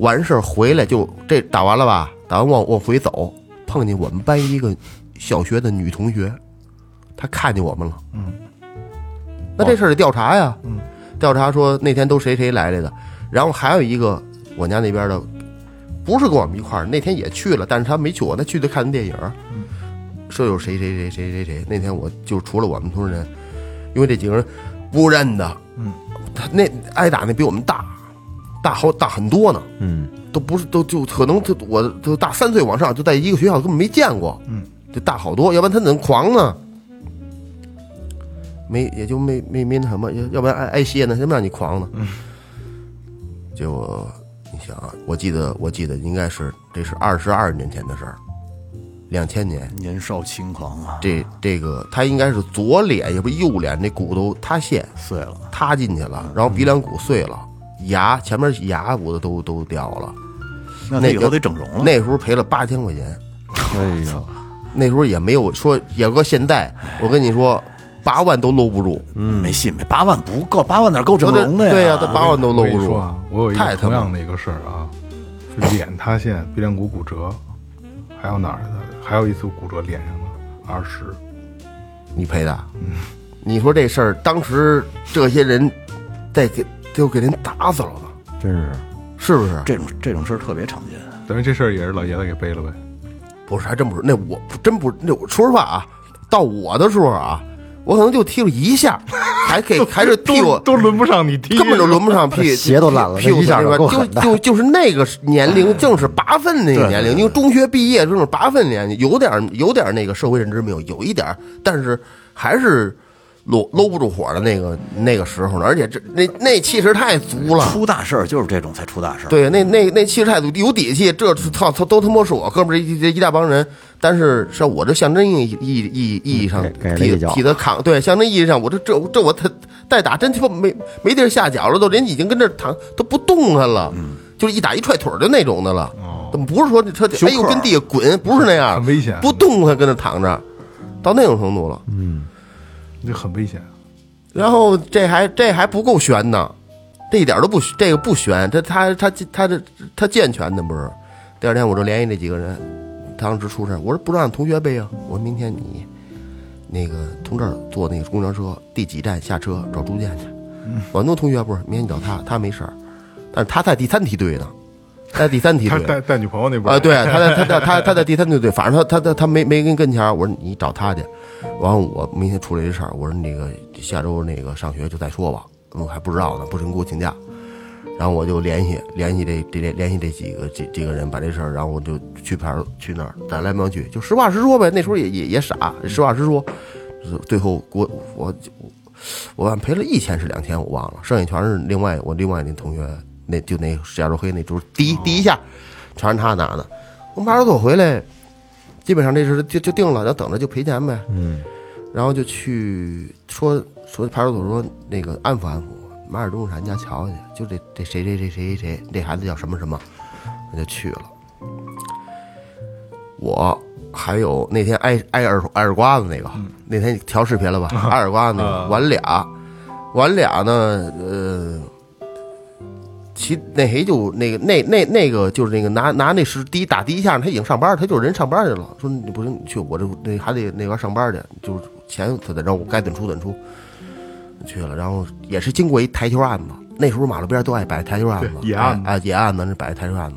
S4: 完事儿回来就这打完了吧？打完往往回走，碰见我们班一个小学的女同学，她看见我们了。嗯，那这事儿得调查呀。嗯，调查说那天都谁谁来来的，然后还有一个我家那边的，不是跟我们一块儿，那天也去了，但是他没去我，那去的看电影儿。舍友谁谁谁谁谁谁，那天我就除了我们同事人，因为这几个人不认的，嗯，他那挨打那比我们大，大好大很多呢，
S1: 嗯，
S4: 都不是都就可能就我就大三岁往上，就在一个学校根本没见过，嗯，就大好多，要不然他怎么狂呢？没也就没没没那什么，要要不然挨挨歇呢，什么让你狂呢？嗯，结果你想啊，我记得我记得应该是这是二十二年前的事儿，两千年，
S5: 年少轻狂啊，
S4: 这这个他应该是左脸也不是右脸那骨头塌陷
S5: 碎了，
S4: 塌进去了，然后鼻梁骨碎了，牙前面牙骨头都都掉了。
S5: 那他
S4: 那
S5: 以后
S4: 个
S5: 得整容了。
S4: 那时候赔了八千块钱，
S1: 哎呀，
S4: 那时候也没有说野哥现在，我跟你说八万都搂不住，
S5: 没戏，没八万不够，八万哪够整
S4: 对
S5: 容的呀？
S4: 对呀，他八哦万都
S3: 我
S4: 搂
S3: 跟
S4: 不
S3: 你说
S4: 住。
S3: 啊，我有一
S4: 太
S3: 个
S4: 他
S3: 同
S4: 妈
S3: 样的一个事儿啊，是脸塌陷，鼻梁骨骨折，还有哪儿的？还有一次骨折脸上的，二十。
S4: 你赔的，你说这事儿当时这些人再给就给人打死了吧，
S1: 真是
S4: 是不是？
S5: 这种这种事儿特别常见。
S3: 等于这事儿也是老爷子给背了呗。
S4: 不是，还真不是。那我不真不，那我说实话啊，到我的时候啊，我可能就踢了一下，还给还是
S3: 都
S4: 屁股
S3: (laughs) 都轮不上你踢，
S4: (laughs) 根本就轮不上屁，
S1: 鞋都烂了
S4: 屁股
S1: 那一下就够
S4: 就
S1: 狠的哎
S4: 就就是那个年龄，正是拔粪那个年龄，因为中学毕业正是拔粪年龄，有点有点那个社会认知没有，有一点儿，但是还是搂搂不住火的那个那个时候呢，而且这那那气势太足了。
S5: 出大事儿就是这种才出大事儿。
S4: 对，那那那气势态度有底气，这操操都他妈是我哥们儿一这一大帮人，但是像我这象征意义意义意义上
S1: 给给了
S4: 替
S1: 一脚
S4: 替他扛，对象征意义上我这这这我他再打真他妈没没地儿下脚了，都人已经跟这儿躺都不动弹了，就是一打一踹腿儿的那种的了，怎么不是说他
S5: 休
S4: 哎呦
S5: 克
S4: 跟地下滚，不是那样，
S3: 哦很危险
S4: 不动弹跟那躺着，到那种程度了。
S3: 就很危险。
S4: 然后这还这还不够悬呢，这一点都不这个不悬，这他他他这他健全的不是？第二天我就联系这几个人，当时出事儿我说不让同学背啊，我说明天你那个从这儿坐那个公交车第几站下车找朱建去。我很多同学不是，明天你找他，他没事儿，但是他在第三梯队呢，带第三梯
S3: 他
S4: 队。
S3: 带带女朋友那波
S4: 啊，对，他在他在他他在第三队队，反正他他他他没没跟跟前儿，我说你找他去。完了，我明天出了一事儿，我说那个下周那个上学就再说吧，嗯，还不知道呢，不行给我请假。然后我就联系联系这这这联系这几个这这个人，把这事儿，然后我就去派出去那儿，咱来不去，就实话实说呗。那时候也也也傻，实话实说。最后给我我我俺赔了一千是两千，我忘了，剩下全是另外我另外那同学，那就那石家庄黑那就是第一、第一下，全是他拿的。从派出所回来，基本上这事就就定了，然后等着就赔钱呗。嗯，然后就去说说派出所说那个安抚安抚，马尔东上俺家瞧瞧去，就这这谁谁谁谁谁谁，这孩子叫什么什么，我就去了。我还有那天挨挨耳挨耳刮子那个，那天你调视频了吧？挨耳刮子那个，完俩，完俩呢，呃，其那谁就那个那那那个就是那个拿拿那是第一打第一下，他已经上班了，他就是人上班去了，说你不行，你去我这那还得那边上班去，就是钱他得让我该怎出怎出，去了，然后也是经过一台球案子，那时候马路边都爱摆台球案子，
S3: 对野案子
S4: 啊野案子那摆台球案子，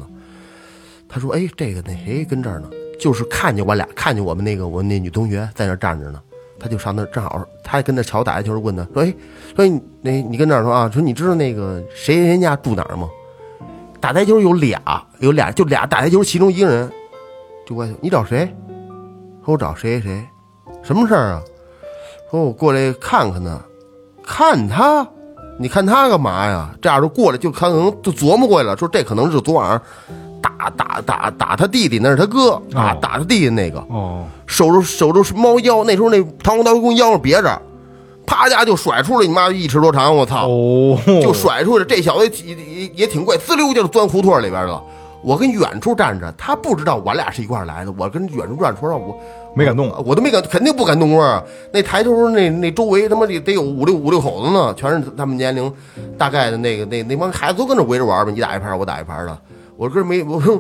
S4: 他说：“哎，这个那谁跟这儿呢？就是看见我俩，看见我们那个我那女同学在那儿站着呢，他就上那儿正好，他还跟那乔打台球，问他说：‘哎，说你那你跟这儿说啊？说你知道那个谁谁人家住哪儿吗？’打台球有俩，有俩就俩打台球，其中一个人就过去，你找谁？说我找谁谁谁，什么事儿啊？说我过来看看他，看他。”你看他干嘛呀？这样就过来，就可能就琢磨过来了，说这可能是昨晚上打打打打他弟弟，那是他哥啊，打他弟弟那个
S3: 哦，
S4: 手着手着猫腰，那时候那唐红刀弓腰上别着，啪一下就甩出来，你妈一尺多长，我操！
S3: 哦，
S4: 啊就甩出去。这小子也也也挺怪，滋溜就钻胡同里边了。我跟远处站着，他不知道我俩是一块儿来的。我跟远处站着，说实话我
S3: 没敢动
S4: 我我都没敢，肯定不敢动窝啊。那台球那那周围他妈得得有五六五六口子呢，全是他们年龄大概的那个那那帮孩子都跟着围着玩吧，你打一盘我打一盘的。我这没我说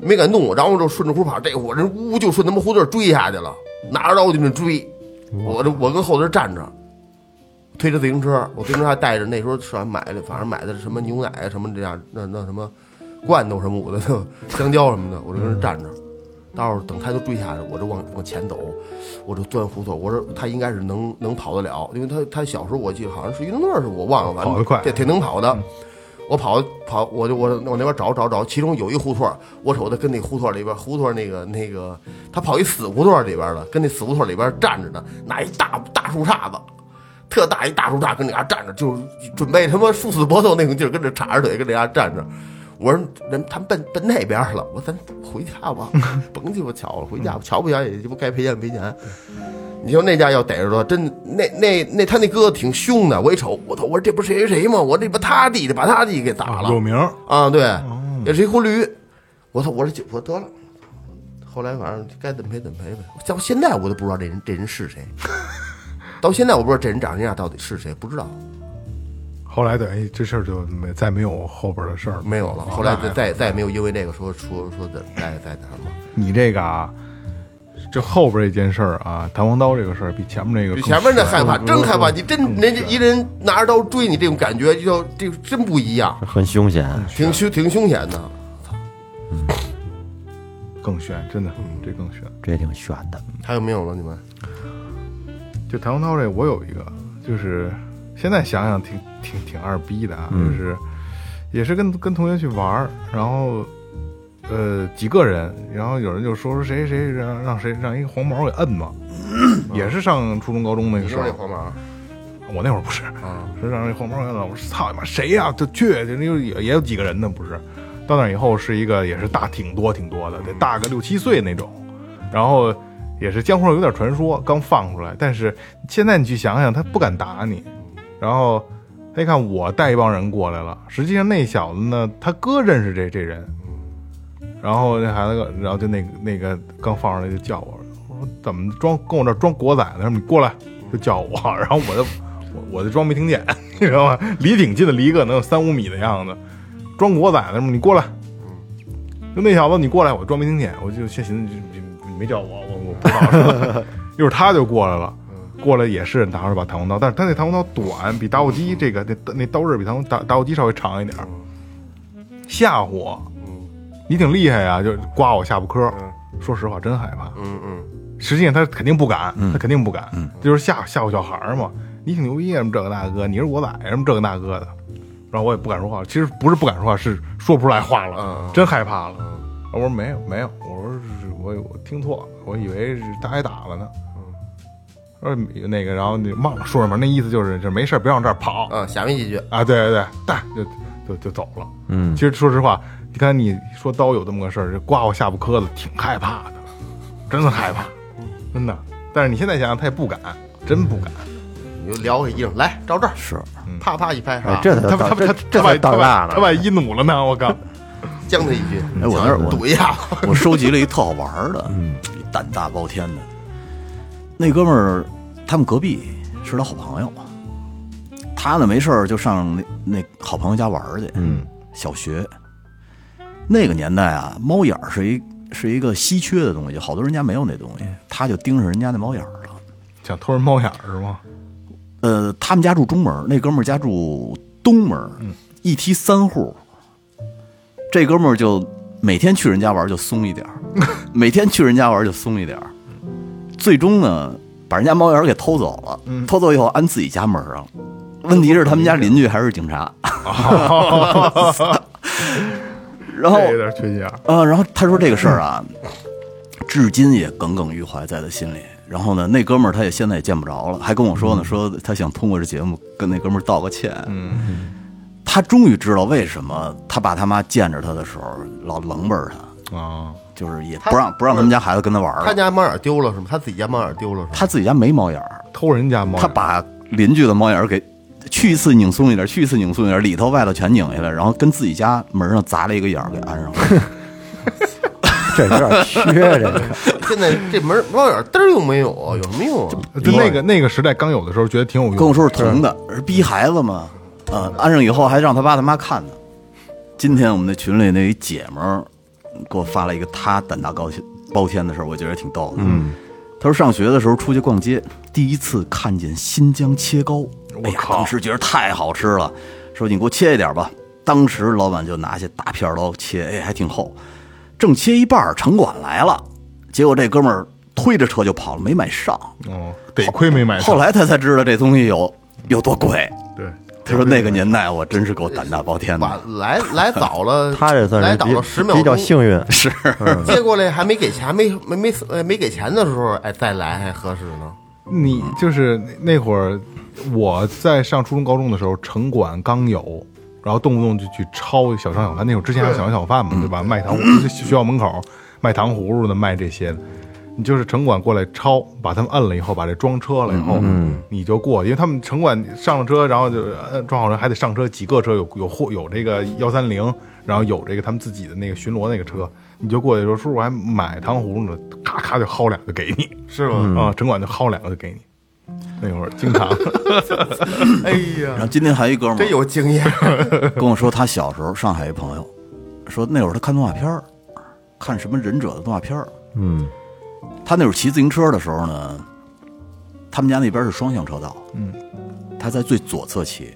S4: 没敢动，然后就顺着胡跑，这我这呜就顺他妈胡同追下去了，拿着刀就那追，我这我跟后头站着，推着自行车，我自行车还带着那时候是还买的，反正买的是什么牛奶啊什么这样那那什么罐头什么我的 (laughs) 香蕉什么的，我就跟那站着，到时候等他都追下来，我就往往前走，我就钻胡同，我说他应该是能能跑得了，因为他他小时候我记得好像是运动队是我忘了，反正
S3: 跑得快嗯
S4: 这挺能跑的。我跑跑，我就我我那边找找找，其中有一胡同，我瞅他跟那胡同里边胡同那个那个，他跑一死胡同里边了，跟那死胡同里边站着呢，拿一大大树杈子，特大一大树杈跟那嘎站着，就是准备他妈殊死搏斗那种劲儿，跟这叉着腿跟那嘎站着。我说人他们奔奔那边了，我说咱回家吧，甭鸡巴瞧了，回家吧，瞧不瞧也鸡巴该赔钱赔钱。你说那家要逮着他，真那那那他那哥挺凶的，我一瞅，我操，我说这不是谁谁谁吗？我这不他弟弟把他弟弟给打了
S3: 有名儿
S4: 啊，对，
S3: 哦
S4: 也是一红驴，我操，我说我得了。后来反正该怎么赔怎么赔呗，到现在我都不知道这人这人是谁，到现在我不知道这人长这样到底是谁，不知道。
S3: 后来等于这事儿就没再没有后边的事儿了。哦
S4: 没有了。后来再再再也没有因为这个说说说的再再那什么，
S3: 你这个啊，这后边这件事儿啊，弹簧刀这个事儿比前面那个
S4: 比
S3: 更
S4: 前面那
S3: 悬
S4: 害怕，真害怕。你真人家
S3: 嗯
S4: 一人拿着刀追你，这种感觉就这真不一样，
S1: 很凶险。
S4: 挺凶挺凶险的。
S3: 更悬，真的，
S4: 嗯
S3: 这更悬。
S1: 这也挺悬的。
S4: 还有没有了你们？
S3: 就弹簧刀这，我有一个，就是现在想想挺挺挺二逼的啊，
S4: 嗯
S3: 就是也是跟跟同学去玩儿，然后呃几个人，然后有人就说说谁谁谁让让谁让一个黄毛给摁
S4: (clears throat)
S3: 嘛，也是上初中高中那个
S4: 你
S3: 时
S4: 是
S3: 候
S4: 不是，那黄毛？
S3: 我那会儿不是，
S4: 啊，
S3: 是让那黄毛给摁了，我说操你妈谁呀、就去，就那也也有几个人呢，不是。到那以后是一个也是大挺多挺多的，得大个六七岁那种，然后也是江湖上有点传说，刚放出来，但是现在你去想想，他不敢打你，然后他一看我带一帮人过来了，实际上那小子呢，他哥认识这这人，然后那孩子，然后就那个那个刚放出来就叫我，我说怎么装跟我这装国仔呢？你过来就叫我， (laughs) 然后我就我我就装没听见， (laughs) 你知道吗？离挺近的，离个能有三五米的样子，装国仔呢你过来，就那小子你过来，我装没听见，我就先寻思你你你没叫我，我我不知道是吧？一会儿他就过来了。过来也是拿着把弹簧刀，但是他那弹簧刀短，比打火机这个那那刀刃比弹簧打打火机稍微长一点儿。吓唬我，
S4: 嗯
S3: 你挺厉害呀、就刮我下巴颏儿。说实话，真害怕。
S4: 嗯嗯，
S3: 实际上他肯定不敢，他肯定不敢，就是吓唬吓唬小孩儿嘛。你挺牛逼啊什么这个那个，你是我奶什么这个那个的。然后我也不敢说话，其实不是不敢说话，是说不出来话了，
S4: 嗯
S3: 真害怕了。我说没有没有，我说是我我听错了，我以为是他挨打了呢。
S4: 嗯
S3: 说那个，然后你忘了说什么，那意思就是就是没事儿，别往这儿跑
S4: 啊，下面几句，
S3: 啊！对对对，带就就就走了。
S1: 嗯
S3: 其，实说实话，你看你说刀有这么个事儿，这刮我下巴磕子，挺害怕的，真的害怕，真的。但是你现在想想，他也不敢，真不敢。
S4: 你就撩开衣裳来，照这儿，
S5: 是
S3: 嗯
S4: 啪啪一拍，是
S1: 哎
S4: 吧，？
S1: 这才
S3: 他
S1: 大
S3: 他
S1: 这
S3: 他
S1: 这
S3: 他
S1: 才
S3: 把
S1: 胆
S3: 他
S1: 儿大
S3: 把他
S1: 呢。
S3: 把一努了呢，我靠！
S4: 将他一句，
S5: 哎我那儿我
S4: 堵一下，
S5: (laughs) 我收集了一特好玩儿的，一胆大包天的。那哥们儿，他们隔壁是他好朋友，他呢没事儿就上那那好朋友家玩儿去。嗯，小学那个年代啊，猫眼儿是一是一个稀缺的东西，好多人家没有那东西，他就盯上人家那猫眼儿了。
S3: 想偷人猫眼儿是吗？
S5: 呃，他们家住中门儿，那哥们儿家住东门儿，一梯三户。这哥们儿就每天去人家玩儿就松一点儿，每天去人家玩儿就松一点儿。最终呢，把人家猫眼儿给偷走了，偷走以后安自己家门儿上。问题是他们家邻居还是警察， (laughs)
S1: 哦
S5: 然后
S3: 这有点缺心眼儿。
S5: 啊，然后他说这个事儿啊，至今也耿耿于怀，在他心里。然后呢，那哥们儿他也现在也见不着了，还跟我说呢，说他想通过这节目跟那哥们儿道个歉。嗯，他终于知道为什么他爸他妈见着他的时候老冷本儿他，
S1: 哦
S3: 啊，
S5: 就是也
S4: 他
S5: 不让不让他们家孩子跟他玩儿
S4: 他
S5: 了。
S4: 家猫眼儿丢了是吗？他自己家猫眼儿丢了是吗？
S5: 他自己家没猫眼儿，
S3: 偷人家猫眼
S5: 他
S3: 儿，
S5: 把邻居的猫眼儿给去一次拧松一点，去一次拧松一点，里头外头全拧下来，然后跟自己家门上砸了一个眼儿给安上了。
S1: 这有点缺，这
S4: (laughs)
S1: 个
S4: 现在这门猫眼儿嘚儿又没有啊，有什么用啊？
S3: 就那个那个时代刚有的时候，觉得挺有用。
S5: 跟我说是铜的，是逼孩子嘛，啊，安上以后还让他爸他妈看呢。今天我们那群里那一姐们儿给我发了一个她胆大高天包天的事儿，我觉得挺逗的。嗯，她说上学的时候出去逛街，第一次看见新疆切糕，哎呀，当时觉得太好吃了，说你给我切一点吧。当时老板就拿下大片刀切，哎，还挺厚。正切一半儿，城管来了，结果这哥们儿推着车就跑了，没买上。
S3: 哦，得亏没买上。
S5: 后来他才知道这东西有有多贵。
S3: 对，
S5: 他说那个年代我真是够胆大包天
S4: 晚
S5: 的，
S4: 来来早
S5: (laughs)
S4: 了，
S1: 他这算
S4: 来早
S1: 是
S4: 了十
S1: 比
S4: 秒
S1: 比较
S4: 钟，
S1: 幸运，
S5: 是
S4: 接过来还没给钱，还没没没呃没给钱的时候，哎，再来还合适呢。
S3: 你就是那那会儿，我在上初中、高中的时候，城管刚有，然后动不动就去抄小商小贩。那会儿之前还有小商小贩嘛，对吧？卖糖葫芦，就学校门口卖糖葫芦的，卖这些的。你就是城管过来抄，把他们摁了以后，把这装车了以后，
S1: 嗯
S3: 你就过，因为他们城管上了车，然后就呃装好人，还得上车几个车，有有货有这个幺三零，然后有这个他们自己的那个巡逻那个车，你就过去说叔叔我还买糖葫芦呢，咔咔就薅两个给你，是吗？啊，
S1: 嗯
S3: 城管就薅两个就给你。那会儿经常
S4: 哎
S5: 然
S4: 呀，
S5: 后今天还有一哥们
S4: 真
S5: 儿
S4: 有经验， (laughs)
S5: 跟我说，他小时候上海一朋友说那会儿他看动画片儿，看什么忍者的动画片儿。
S1: 嗯，
S5: 他那会儿骑自行车的时候呢，他们家那边是双向车道，嗯，他在最左侧骑，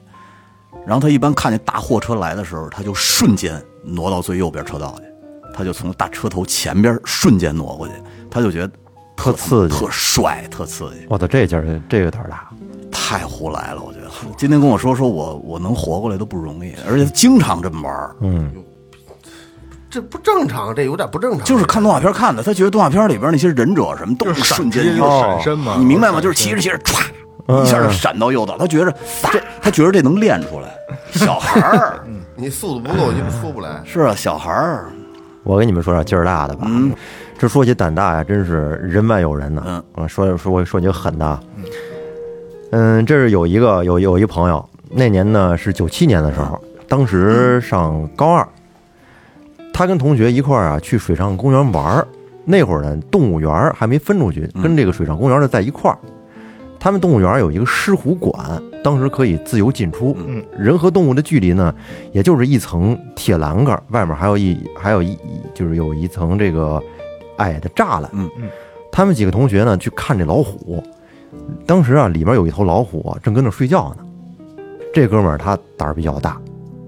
S5: 然后他一般看见大货车来的时候，他就瞬间挪到最右边车道去，他就从大车头前边瞬间挪过去，他就觉得
S1: 特刺激
S5: 特。帅、特刺激。
S1: 我操，这劲儿，这个胆儿大，
S5: 太胡来了，我觉得。 (laughs) 今天跟我说说我我能活过来都不容易，而且经常这么玩儿，
S3: 嗯
S4: 这不正常，这有点不正常。
S5: 就是看动画片看的，他觉得动画片里边那些忍者什么都是瞬间
S3: 直接
S5: 移
S3: 就
S5: 动
S3: 闪身嗯嘛，
S5: 你明白吗？就是骑着骑着，歘，一下就闪到右道，他觉着这，他觉着这能练出来。小孩儿 (laughs)
S4: 你速度不够，就出不来。
S5: 是啊，小孩儿，
S1: 我跟你们说点劲儿大的吧。这说起胆大呀，真是人外有人呐。啊，说说我说你狠的啊。嗯，这是有一个有有一朋友，那年呢是九七年的时候，当时上高二，他跟同学一块儿啊去水上公园玩儿。那会儿呢，动物园儿还没分出去，跟这个水上公园的在一块儿。他们动物园儿有一个狮虎馆，当时可以自由进出。
S3: 嗯，
S1: 人和动物的距离呢，也就是一层铁栏杆儿，外面还有一还有一一就是有一层这个矮的栅栏。
S5: 嗯
S3: 嗯，
S1: 他们几个同学呢去看这老虎，当时啊里边有一头老虎啊正跟那睡觉呢。这哥们儿他胆儿比较大，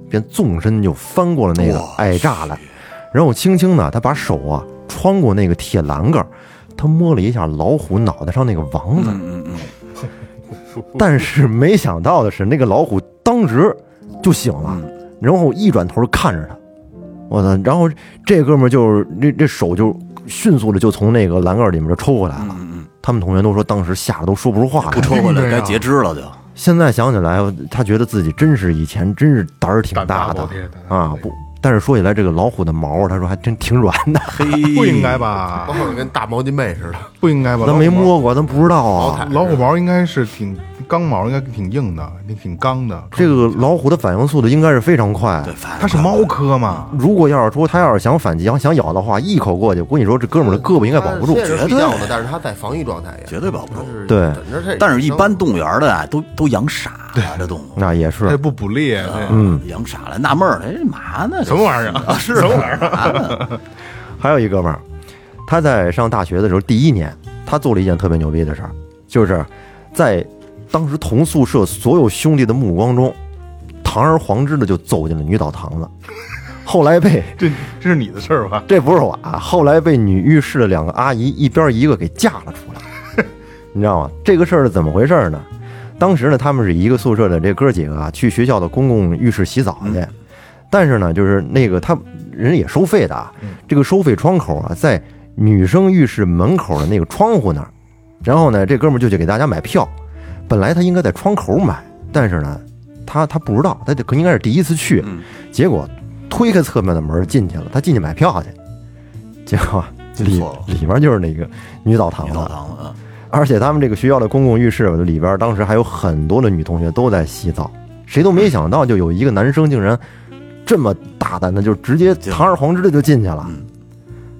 S1: 便纵身就翻过了那个矮栅栏，然后轻轻的他把手啊穿过那个铁栏杆儿，他摸了一下老虎脑袋上那个王字，
S5: 嗯嗯
S1: 但是没想到的是，那个老虎当时就醒了，
S3: 嗯
S1: 然后一转头看着他，我操！然后这哥们儿就是这这手就迅速的就从那个栏杆里面就抽回来
S3: 嗯
S1: 了。他们同学都说当时吓得都说不出话
S5: 不
S1: 来。
S5: 抽回
S3: 这
S5: 来
S3: 样
S5: 该截肢 (laughs) 了就。
S1: 现在想起来，他觉得自己真是以前真是胆儿挺
S3: 胆大
S1: 大的
S3: 包天胆大包
S1: 啊！
S3: 天
S1: 不，但是说起来这个老虎的毛，他说还真挺软
S3: (laughs)
S1: 的。
S3: 不应该吧
S4: 包？括跟大毛巾被似的。
S3: 不应该吧？
S1: 哎咱没摸过，咱不知道啊。
S3: 老虎毛应该是挺刚毛，应该挺硬的，挺挺刚的。
S1: 这个老虎的反应速度应该是非常快，
S5: 对，反正
S3: 它是猫科嘛？
S1: 如果要是说他要是想反击，想想咬的话，一口过去，我跟你说，这哥们儿的胳膊应该保不住
S4: (laughs) 他。现在是
S5: 绝对
S4: 必要的，但是他在防御状态也。
S5: 绝对保不住。
S1: 对
S4: 等着这
S5: 但是，一般动物园的啊，都都养傻了，这动物
S1: 那也
S3: 它
S1: 是，
S3: 不捕猎，这
S5: 嗯养傻了，纳闷儿，哎，这嘛呢？
S3: 什么玩意儿
S5: 啊？是什么玩意儿？
S1: 还有一哥们儿，他在上大学的时候，第一年，他做了一件特别牛逼的事儿，就是在当时同宿舍所有兄弟的目光中，堂而皇之的就走进了女澡堂子。后来被
S3: (laughs) 这这是你的事儿吧？
S1: 这不是我啊，后来被女浴室的两个阿姨一边一个给架了出来，你知道吗？这个事儿是怎么回事呢？当时呢，他们是一个宿舍的这哥几个啊，去学校的公共浴室洗澡
S5: 嗯
S1: 去，但是呢，就是那个他人也收费的啊，
S5: 嗯
S1: 这个收费窗口啊，在女生浴室门口的那个窗户那儿，然后呢，这哥们儿就去给大家买票，本来他应该在窗口买，但是呢，他他不知道，他可应该是第一次去，
S5: 嗯
S1: 结果推开侧面的门进去了，他进去买票去，结果
S5: 进
S1: 里
S5: 错了
S1: 里面就是那个女澡堂
S5: 女
S1: 子
S5: 澡，堂子，
S1: 而且他们这个学校的公共浴室里边，当时还有很多的女同学都在洗澡，谁都没想到，就有一个男生竟然这么大胆的，就直接堂而皇之的就进去了。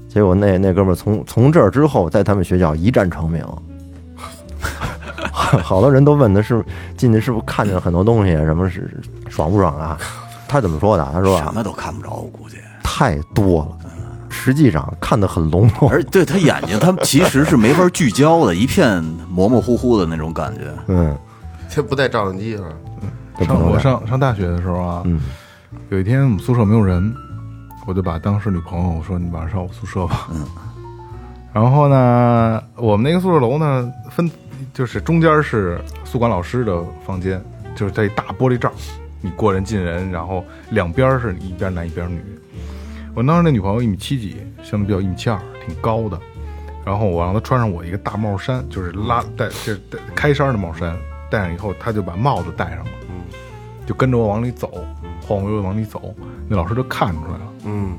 S1: 结果那那哥们儿从从这儿之后，在他们学校一战成名，好多人都问他是进去是不是看见了很多东西，什么是爽不爽啊？他怎么说的？他说
S5: 嗯，什
S1: 啊
S5: 么都看不着，我估计。
S1: 太多了，实际上看得很笼统。
S5: 而对他眼睛，他其实是没法聚焦的，一片模模糊糊的那种感觉。
S1: 嗯，
S4: 这不带照相机是吧？
S1: 这不
S3: 上
S1: 能
S3: 我
S1: 干
S3: 上上大学的时候啊，有一天我们宿舍没有人，我就把当时女朋友我说你晚上上我宿舍吧。 (laughs) 然后呢，我们那个宿舍楼呢分就是中间是宿管老师的房间，就是在一大玻璃罩，你过人进人，然后两边是一边男一边女。我当时那女朋友一米七几，相对比较一米七二，挺高的。然后我让她穿上我一个大帽衫，就是拉带就是带开衫的帽衫，戴上以后，她就把帽子戴上了，嗯，就跟着我往里走，晃晃悠悠往里走。那老师就看出来了，
S4: 嗯，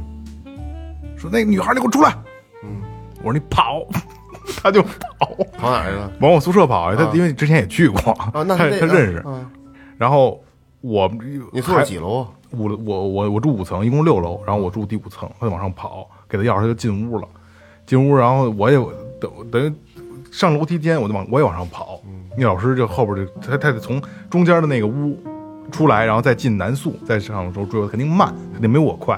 S3: 说那女孩你给我出来，嗯，我说你跑， (laughs) 她就跑，
S4: 跑哪儿去了？
S3: 往我宿舍跑。她因为之前也去过，
S4: 啊，
S3: 她
S4: 那
S3: 她
S4: 那
S3: 认识。
S4: 啊
S3: 然后我们
S4: 你宿舍几楼啊？
S3: 五楼我我我住五层，一共六楼，然后我住第五层，他就往上跑，给他钥匙，他就进屋了，进屋，然后我也等等于上楼梯间，我就往我也往上跑，那老师就后边就他他得从中间的那个屋出来，然后再进南宿，再上楼追我，肯定慢，肯定没我快。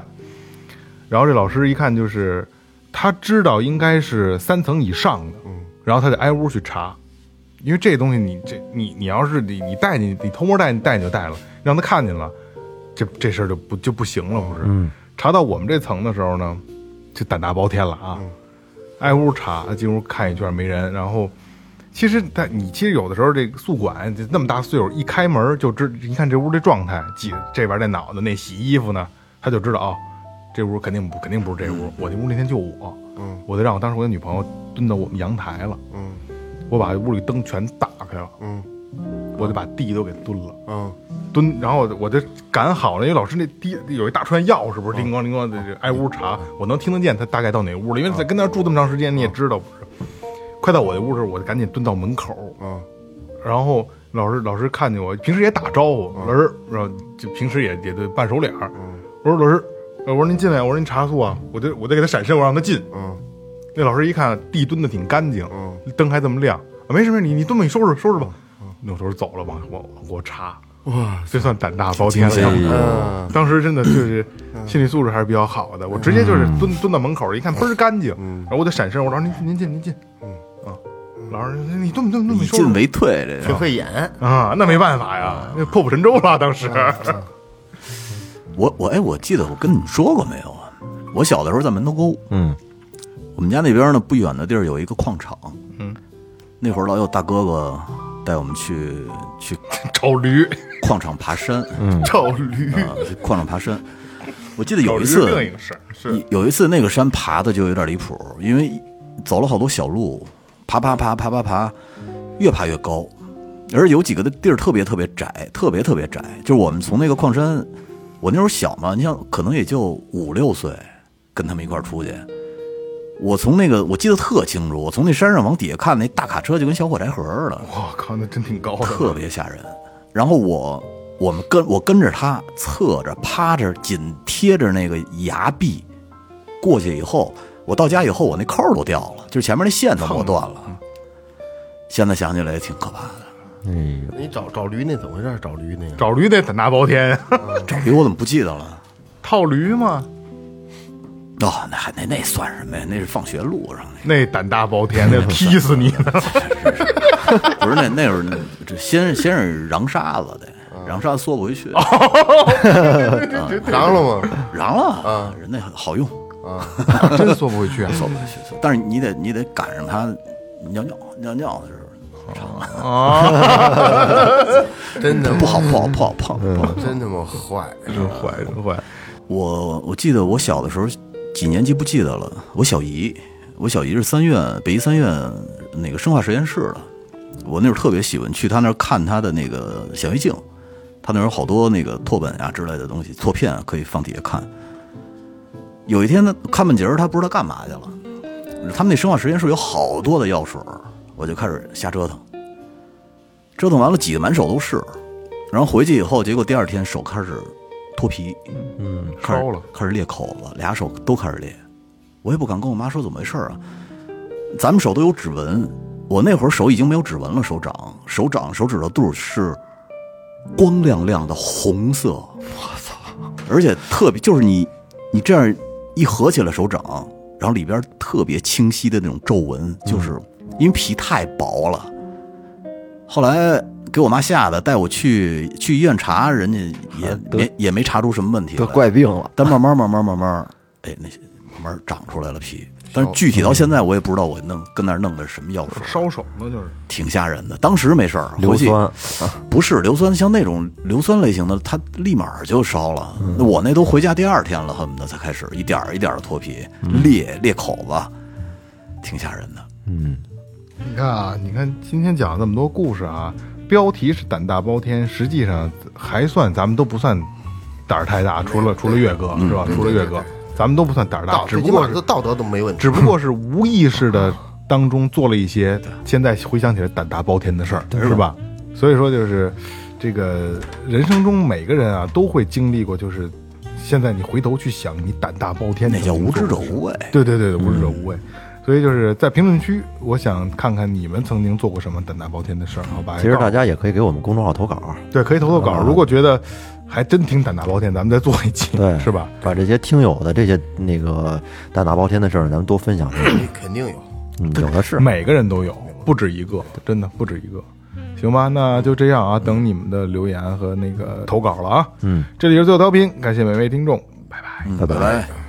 S3: 然后这老师一看就是他知道应该是三层以上的，然后他得挨屋去查，因为这东西你这你你要是你你带你你偷摸带你带你就带了，让他看见了，这这事儿就不就不行了，不是？查到我们这层的时候呢，就胆大包天了
S4: 嗯
S3: 啊！挨屋查，进屋看一圈没人，然后其实他你其实有的时候这个宿管这那么大岁数，一开门就知，一看这屋这状态，几这边这脑子那洗衣服呢，他就知道啊、这屋肯定不肯定不是这屋，我那屋那天就我，
S4: 嗯，
S3: 我得让我当时我那女朋友蹲到我们阳台了，
S4: 嗯
S3: 我把屋里灯全打开了，
S4: 嗯
S3: 我就把地都给蹲了。
S4: 嗯，
S3: 蹲，然后我就赶好了，因为老师那滴有一大串钥匙，不是叮咣叮咣的就挨屋查，我能听得见他大概到哪屋了，因为在跟那儿住这么长时间，你也知道不是。快到我这屋的时候，我就赶紧蹲到门口，
S4: 嗯，
S3: 然后老师老师看见我，平时也打招呼，老师，然后就平时也也得扮熟脸儿，我说老师，呃我说您进来，我说您查宿啊，我就我就给他闪身，我让他进，
S4: 嗯，
S3: 那老师一看地蹲的挺干净，
S4: 嗯，
S3: 灯还这么亮，啊没事没事，你你蹲吧，你收拾收拾吧，那我收拾走了往我往我查，哇，这算胆大包天了，当时真的就是心理素质还是比较好的，我直接就是蹲蹲到门口一看倍儿干净，然后我得闪身，我说您您进您进，啊，老师你蹲吧蹲吧蹲吧，
S5: 以
S3: 你收拾
S5: 进
S3: 吧
S5: 为退，
S3: 啊
S5: 这
S4: 学
S5: 个
S4: 会演，
S3: 嗯啊，那没办法呀，那破釜沉舟了当时。
S5: 我我哎，我记得我跟你们说过没有啊？我小的时候在门头沟，
S1: 嗯
S5: 我们家那边呢不远的地儿有一个矿场，嗯，那会儿老有大哥哥带我们去去
S3: (laughs) 找驴，
S5: 矿场爬山，
S3: (laughs) 找驴，
S5: 啊，去矿场爬山。我记得
S3: 找
S5: 有
S3: 驴
S5: 一
S3: 是
S5: 次，
S3: 另一个事儿，是
S5: 有有一次那个山爬的就有点离谱，因为走了好多小路，爬爬爬爬爬爬，越爬越高，而有几个的地儿特别特别窄，特别特别窄。就是我们从那个矿山，我那时候小嘛，你想可能也就五六岁，跟他们一块儿出去。我从那个我记得特清楚，我从那山上往底下看，那大卡车就跟小火柴盒似的，
S3: 我靠，那真挺高的，
S5: 特别吓人。然后我我们跟我跟着他，侧着趴着，紧贴着那个崖壁过去以后，我到家以后，我那扣儿都掉了，就是前面那线都磨断了。现在想起来也挺可怕的。
S4: 你找找驴那怎么回事？找驴那个
S3: 找驴得胆大包天，
S5: 这驴我怎么不记得了？
S3: 套驴嘛，
S5: 哦，那还那那算什么呀？那是放学路上
S3: 那胆大包天，那踢死你呢！
S5: 那，不是那那会儿这先先是瓤沙子的，瓤沙子缩不回去，
S4: 扛了 (laughs) 吗？
S5: 瓤了，人那好用，
S3: 真缩不回去啊！
S5: 缩不回去，缩但是你得你得赶上他尿尿尿尿的时候。
S4: 真的
S5: 不好，不好，不好碰。不好
S4: 真他妈坏！
S3: 真坏，真坏！
S5: 我我记得我小的时候几年级不记得了，我小姨，我小姨是三院北医三院那个生化实验室的，我那会儿特别喜欢去她那儿看她的那个显微镜，她那儿有好多那个拓本啊之类的东西，拓片啊可以放底下看。有一天呢，看半截儿，她不知道干嘛去了，他们那生化实验室有好多的药水儿，我就开始瞎折腾，折腾完了挤得满手都是，然后回去以后，结果第二天手开始脱皮，嗯，开始
S3: 烧了
S5: 开始裂口子，俩手都开始裂，我也不敢跟我妈说怎么回事儿啊。咱们手都有指纹，我那会儿手已经没有指纹了，手掌、手掌、手指头肚是光亮亮的红色，我操！而且特别就是你，你这样一合起来手掌，然后里边特别清晰的那种皱纹，就是因为皮太薄了。后来给我妈吓得，带我去去医院查，人家也没也没查出什么问题来
S1: 得。怪病了，
S5: 但慢慢慢慢慢慢， (laughs) 哎，那些慢慢长出来了皮。但是具体到现在，我也不知道我弄跟那儿弄的什么药水，
S3: 烧手呢，就是
S5: 挺吓人的。当时没事儿，
S1: 硫
S5: 回去
S1: 酸，
S5: 不是硫酸，像那种硫酸类型的，它立马就烧了。那我那都回家第二天了，恨不得才开始一点儿一点的脱皮、裂裂口子，挺吓人的。
S3: 你看啊，你看今天讲这么多故事啊，标题是胆大包天，实际上还算咱们都不算胆儿太大，除了除了岳哥是吧？除了岳哥，咱们都不算胆儿大，
S4: 道，
S3: 只
S4: 最
S3: 不
S4: 起
S3: 过
S4: 码
S3: 是
S4: 这道德都没问题。
S3: 只不过是无意识的当中做了一些现在回想起来胆大包天的事儿，是吧？所以说就是这个人生中每个人啊都会经历过，就是现在你回头去想，你胆大包天
S5: 那叫无知者
S3: 无。
S5: 无畏。嗯
S3: 对对对，对无知者无畏。所以就是在评论区，我想看看你们曾经做过什么胆大包天的事儿，好吧？
S1: 其实大家也可以给我们公众号投稿，
S3: 对可以投投
S5: 啊
S3: 稿，如果觉得还真挺胆大包天，咱们再做一期，
S1: 对
S3: 是吧？
S1: 把这些听友的这些那个胆大包天的事儿，咱们多分享分享。
S4: 肯定有，
S1: 嗯，有的是。
S3: 每个人都有，不止一个，真的不止一个。行吧，那就这样啊，等你们的留言和那个投稿了啊。
S1: 嗯，
S3: 这里是最后调频，感谢每位听众，拜
S1: 拜
S3: 拜。
S1: 拜
S5: 嗯拜。